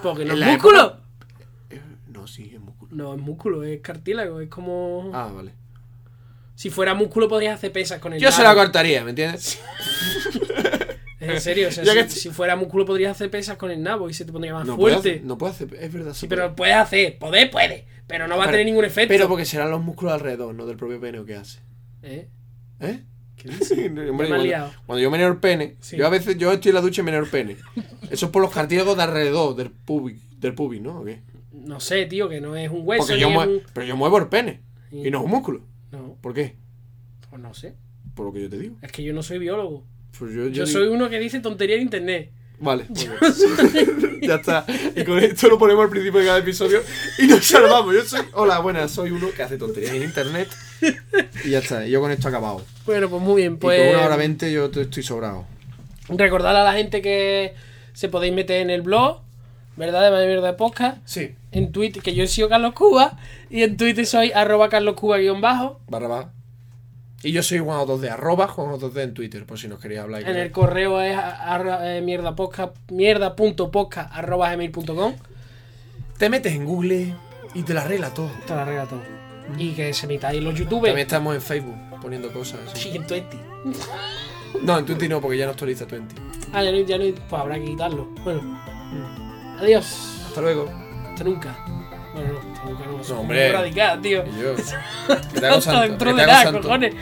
Porque no
En
es
la
músculo.
eh, no, sí, es músculo.
No, es músculo, es cartílago. Es como.
Ah, vale.
Si fuera músculo podrías hacer pesas con el.
Yo se la
la
cortaría, ¿me entiendes?
En serio, o
*laughs*
sea,
Ya
si,
que-
si fuera músculo podrías hacer pesas con el nabo y se te pondría más
No puede,
fuerte.
hacer, no puede hacer, es verdad.
Sí, pero puedes hacer, poder, puede, pero no va a tener ningún efecto.
Pero porque serán los músculos alrededor, no del propio pene que hace.
¿Eh?
¿Eh?
¿Qué
Sí, *laughs*
me
hombre,
has
cuando-
liado.
Cuando yo meneo el pene,
Sí.
yo a veces yo estoy en la ducha y meneo el pene. Eso es por los cartílagos de alrededor del pubi, del pubis, ¿no? ¿O qué?
No sé, tío, que no es un hueso.
Porque
ni
yo
Pues es
mue-
un-
pero yo muevo el pene
Sí.
y no es un músculo.
No,
¿Por qué?
pues no sé.
Por lo que yo te digo.
Es que yo no soy biólogo.
Pues yo,
Yo
digo-
soy uno que dice tontería en internet. *laughs*
Vale. muy bien. *laughs* ya está. Y con esto lo ponemos al principio de cada episodio y nos salvamos. Yo soy. Hola, buenas, soy uno que hace tonterías en internet. Y ya está. Y yo con esto acabado.
Bueno, pues muy bien,
Y
pues.
con una hora veinte yo te- estoy sobrado.
Recordad a la gente que se podéis meter en el blog, ¿verdad? De Madre Mierda de Podcast.
Sí.
En Twitter, que yo he sido Carlos Cuba. Y en Twitter soy arroba Carlos Cuba guión bajo.
Barra baja. Y yo soy Juan 2 de arroba, Juan 2 de en Twitter, por si nos queréis hablar. y
En
que-
el correo es a- arra- eh, mierdapodcast- mierda.podcast arroba gmail.com.
Te metes en Google y te la arregla todo.
Te la regla todo. Y que se metáis en los
También
youtubers.
estamos en Facebook poniendo cosas. así.
Sí, en Twenty.
No, en Twenty no, porque ya no actualiza Twenty.
Ah, ya no, ya no, pues habrá que quitarlo. Bueno.
Mm.
Adiós.
Hasta luego.
Hasta nunca. Bueno, no, hasta nunca no. soy muy
hombre.
Radical, tío.
Y yo. Que te
*laughs*
hago
Hasta
santo,
dentro
que te
de
hago
nada,
santo.
cojones.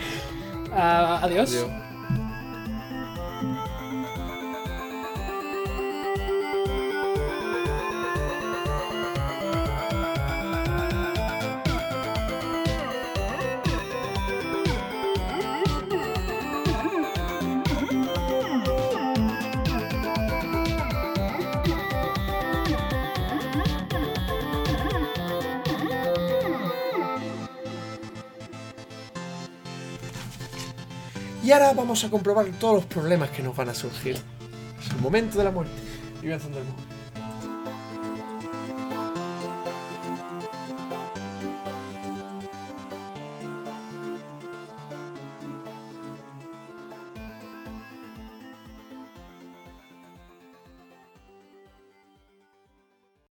Ah, adiós.
Adiós. Y ahora vamos a comprobar todos los problemas que nos van a surgir. Es el momento de la muerte. Y voy a encender el móvil.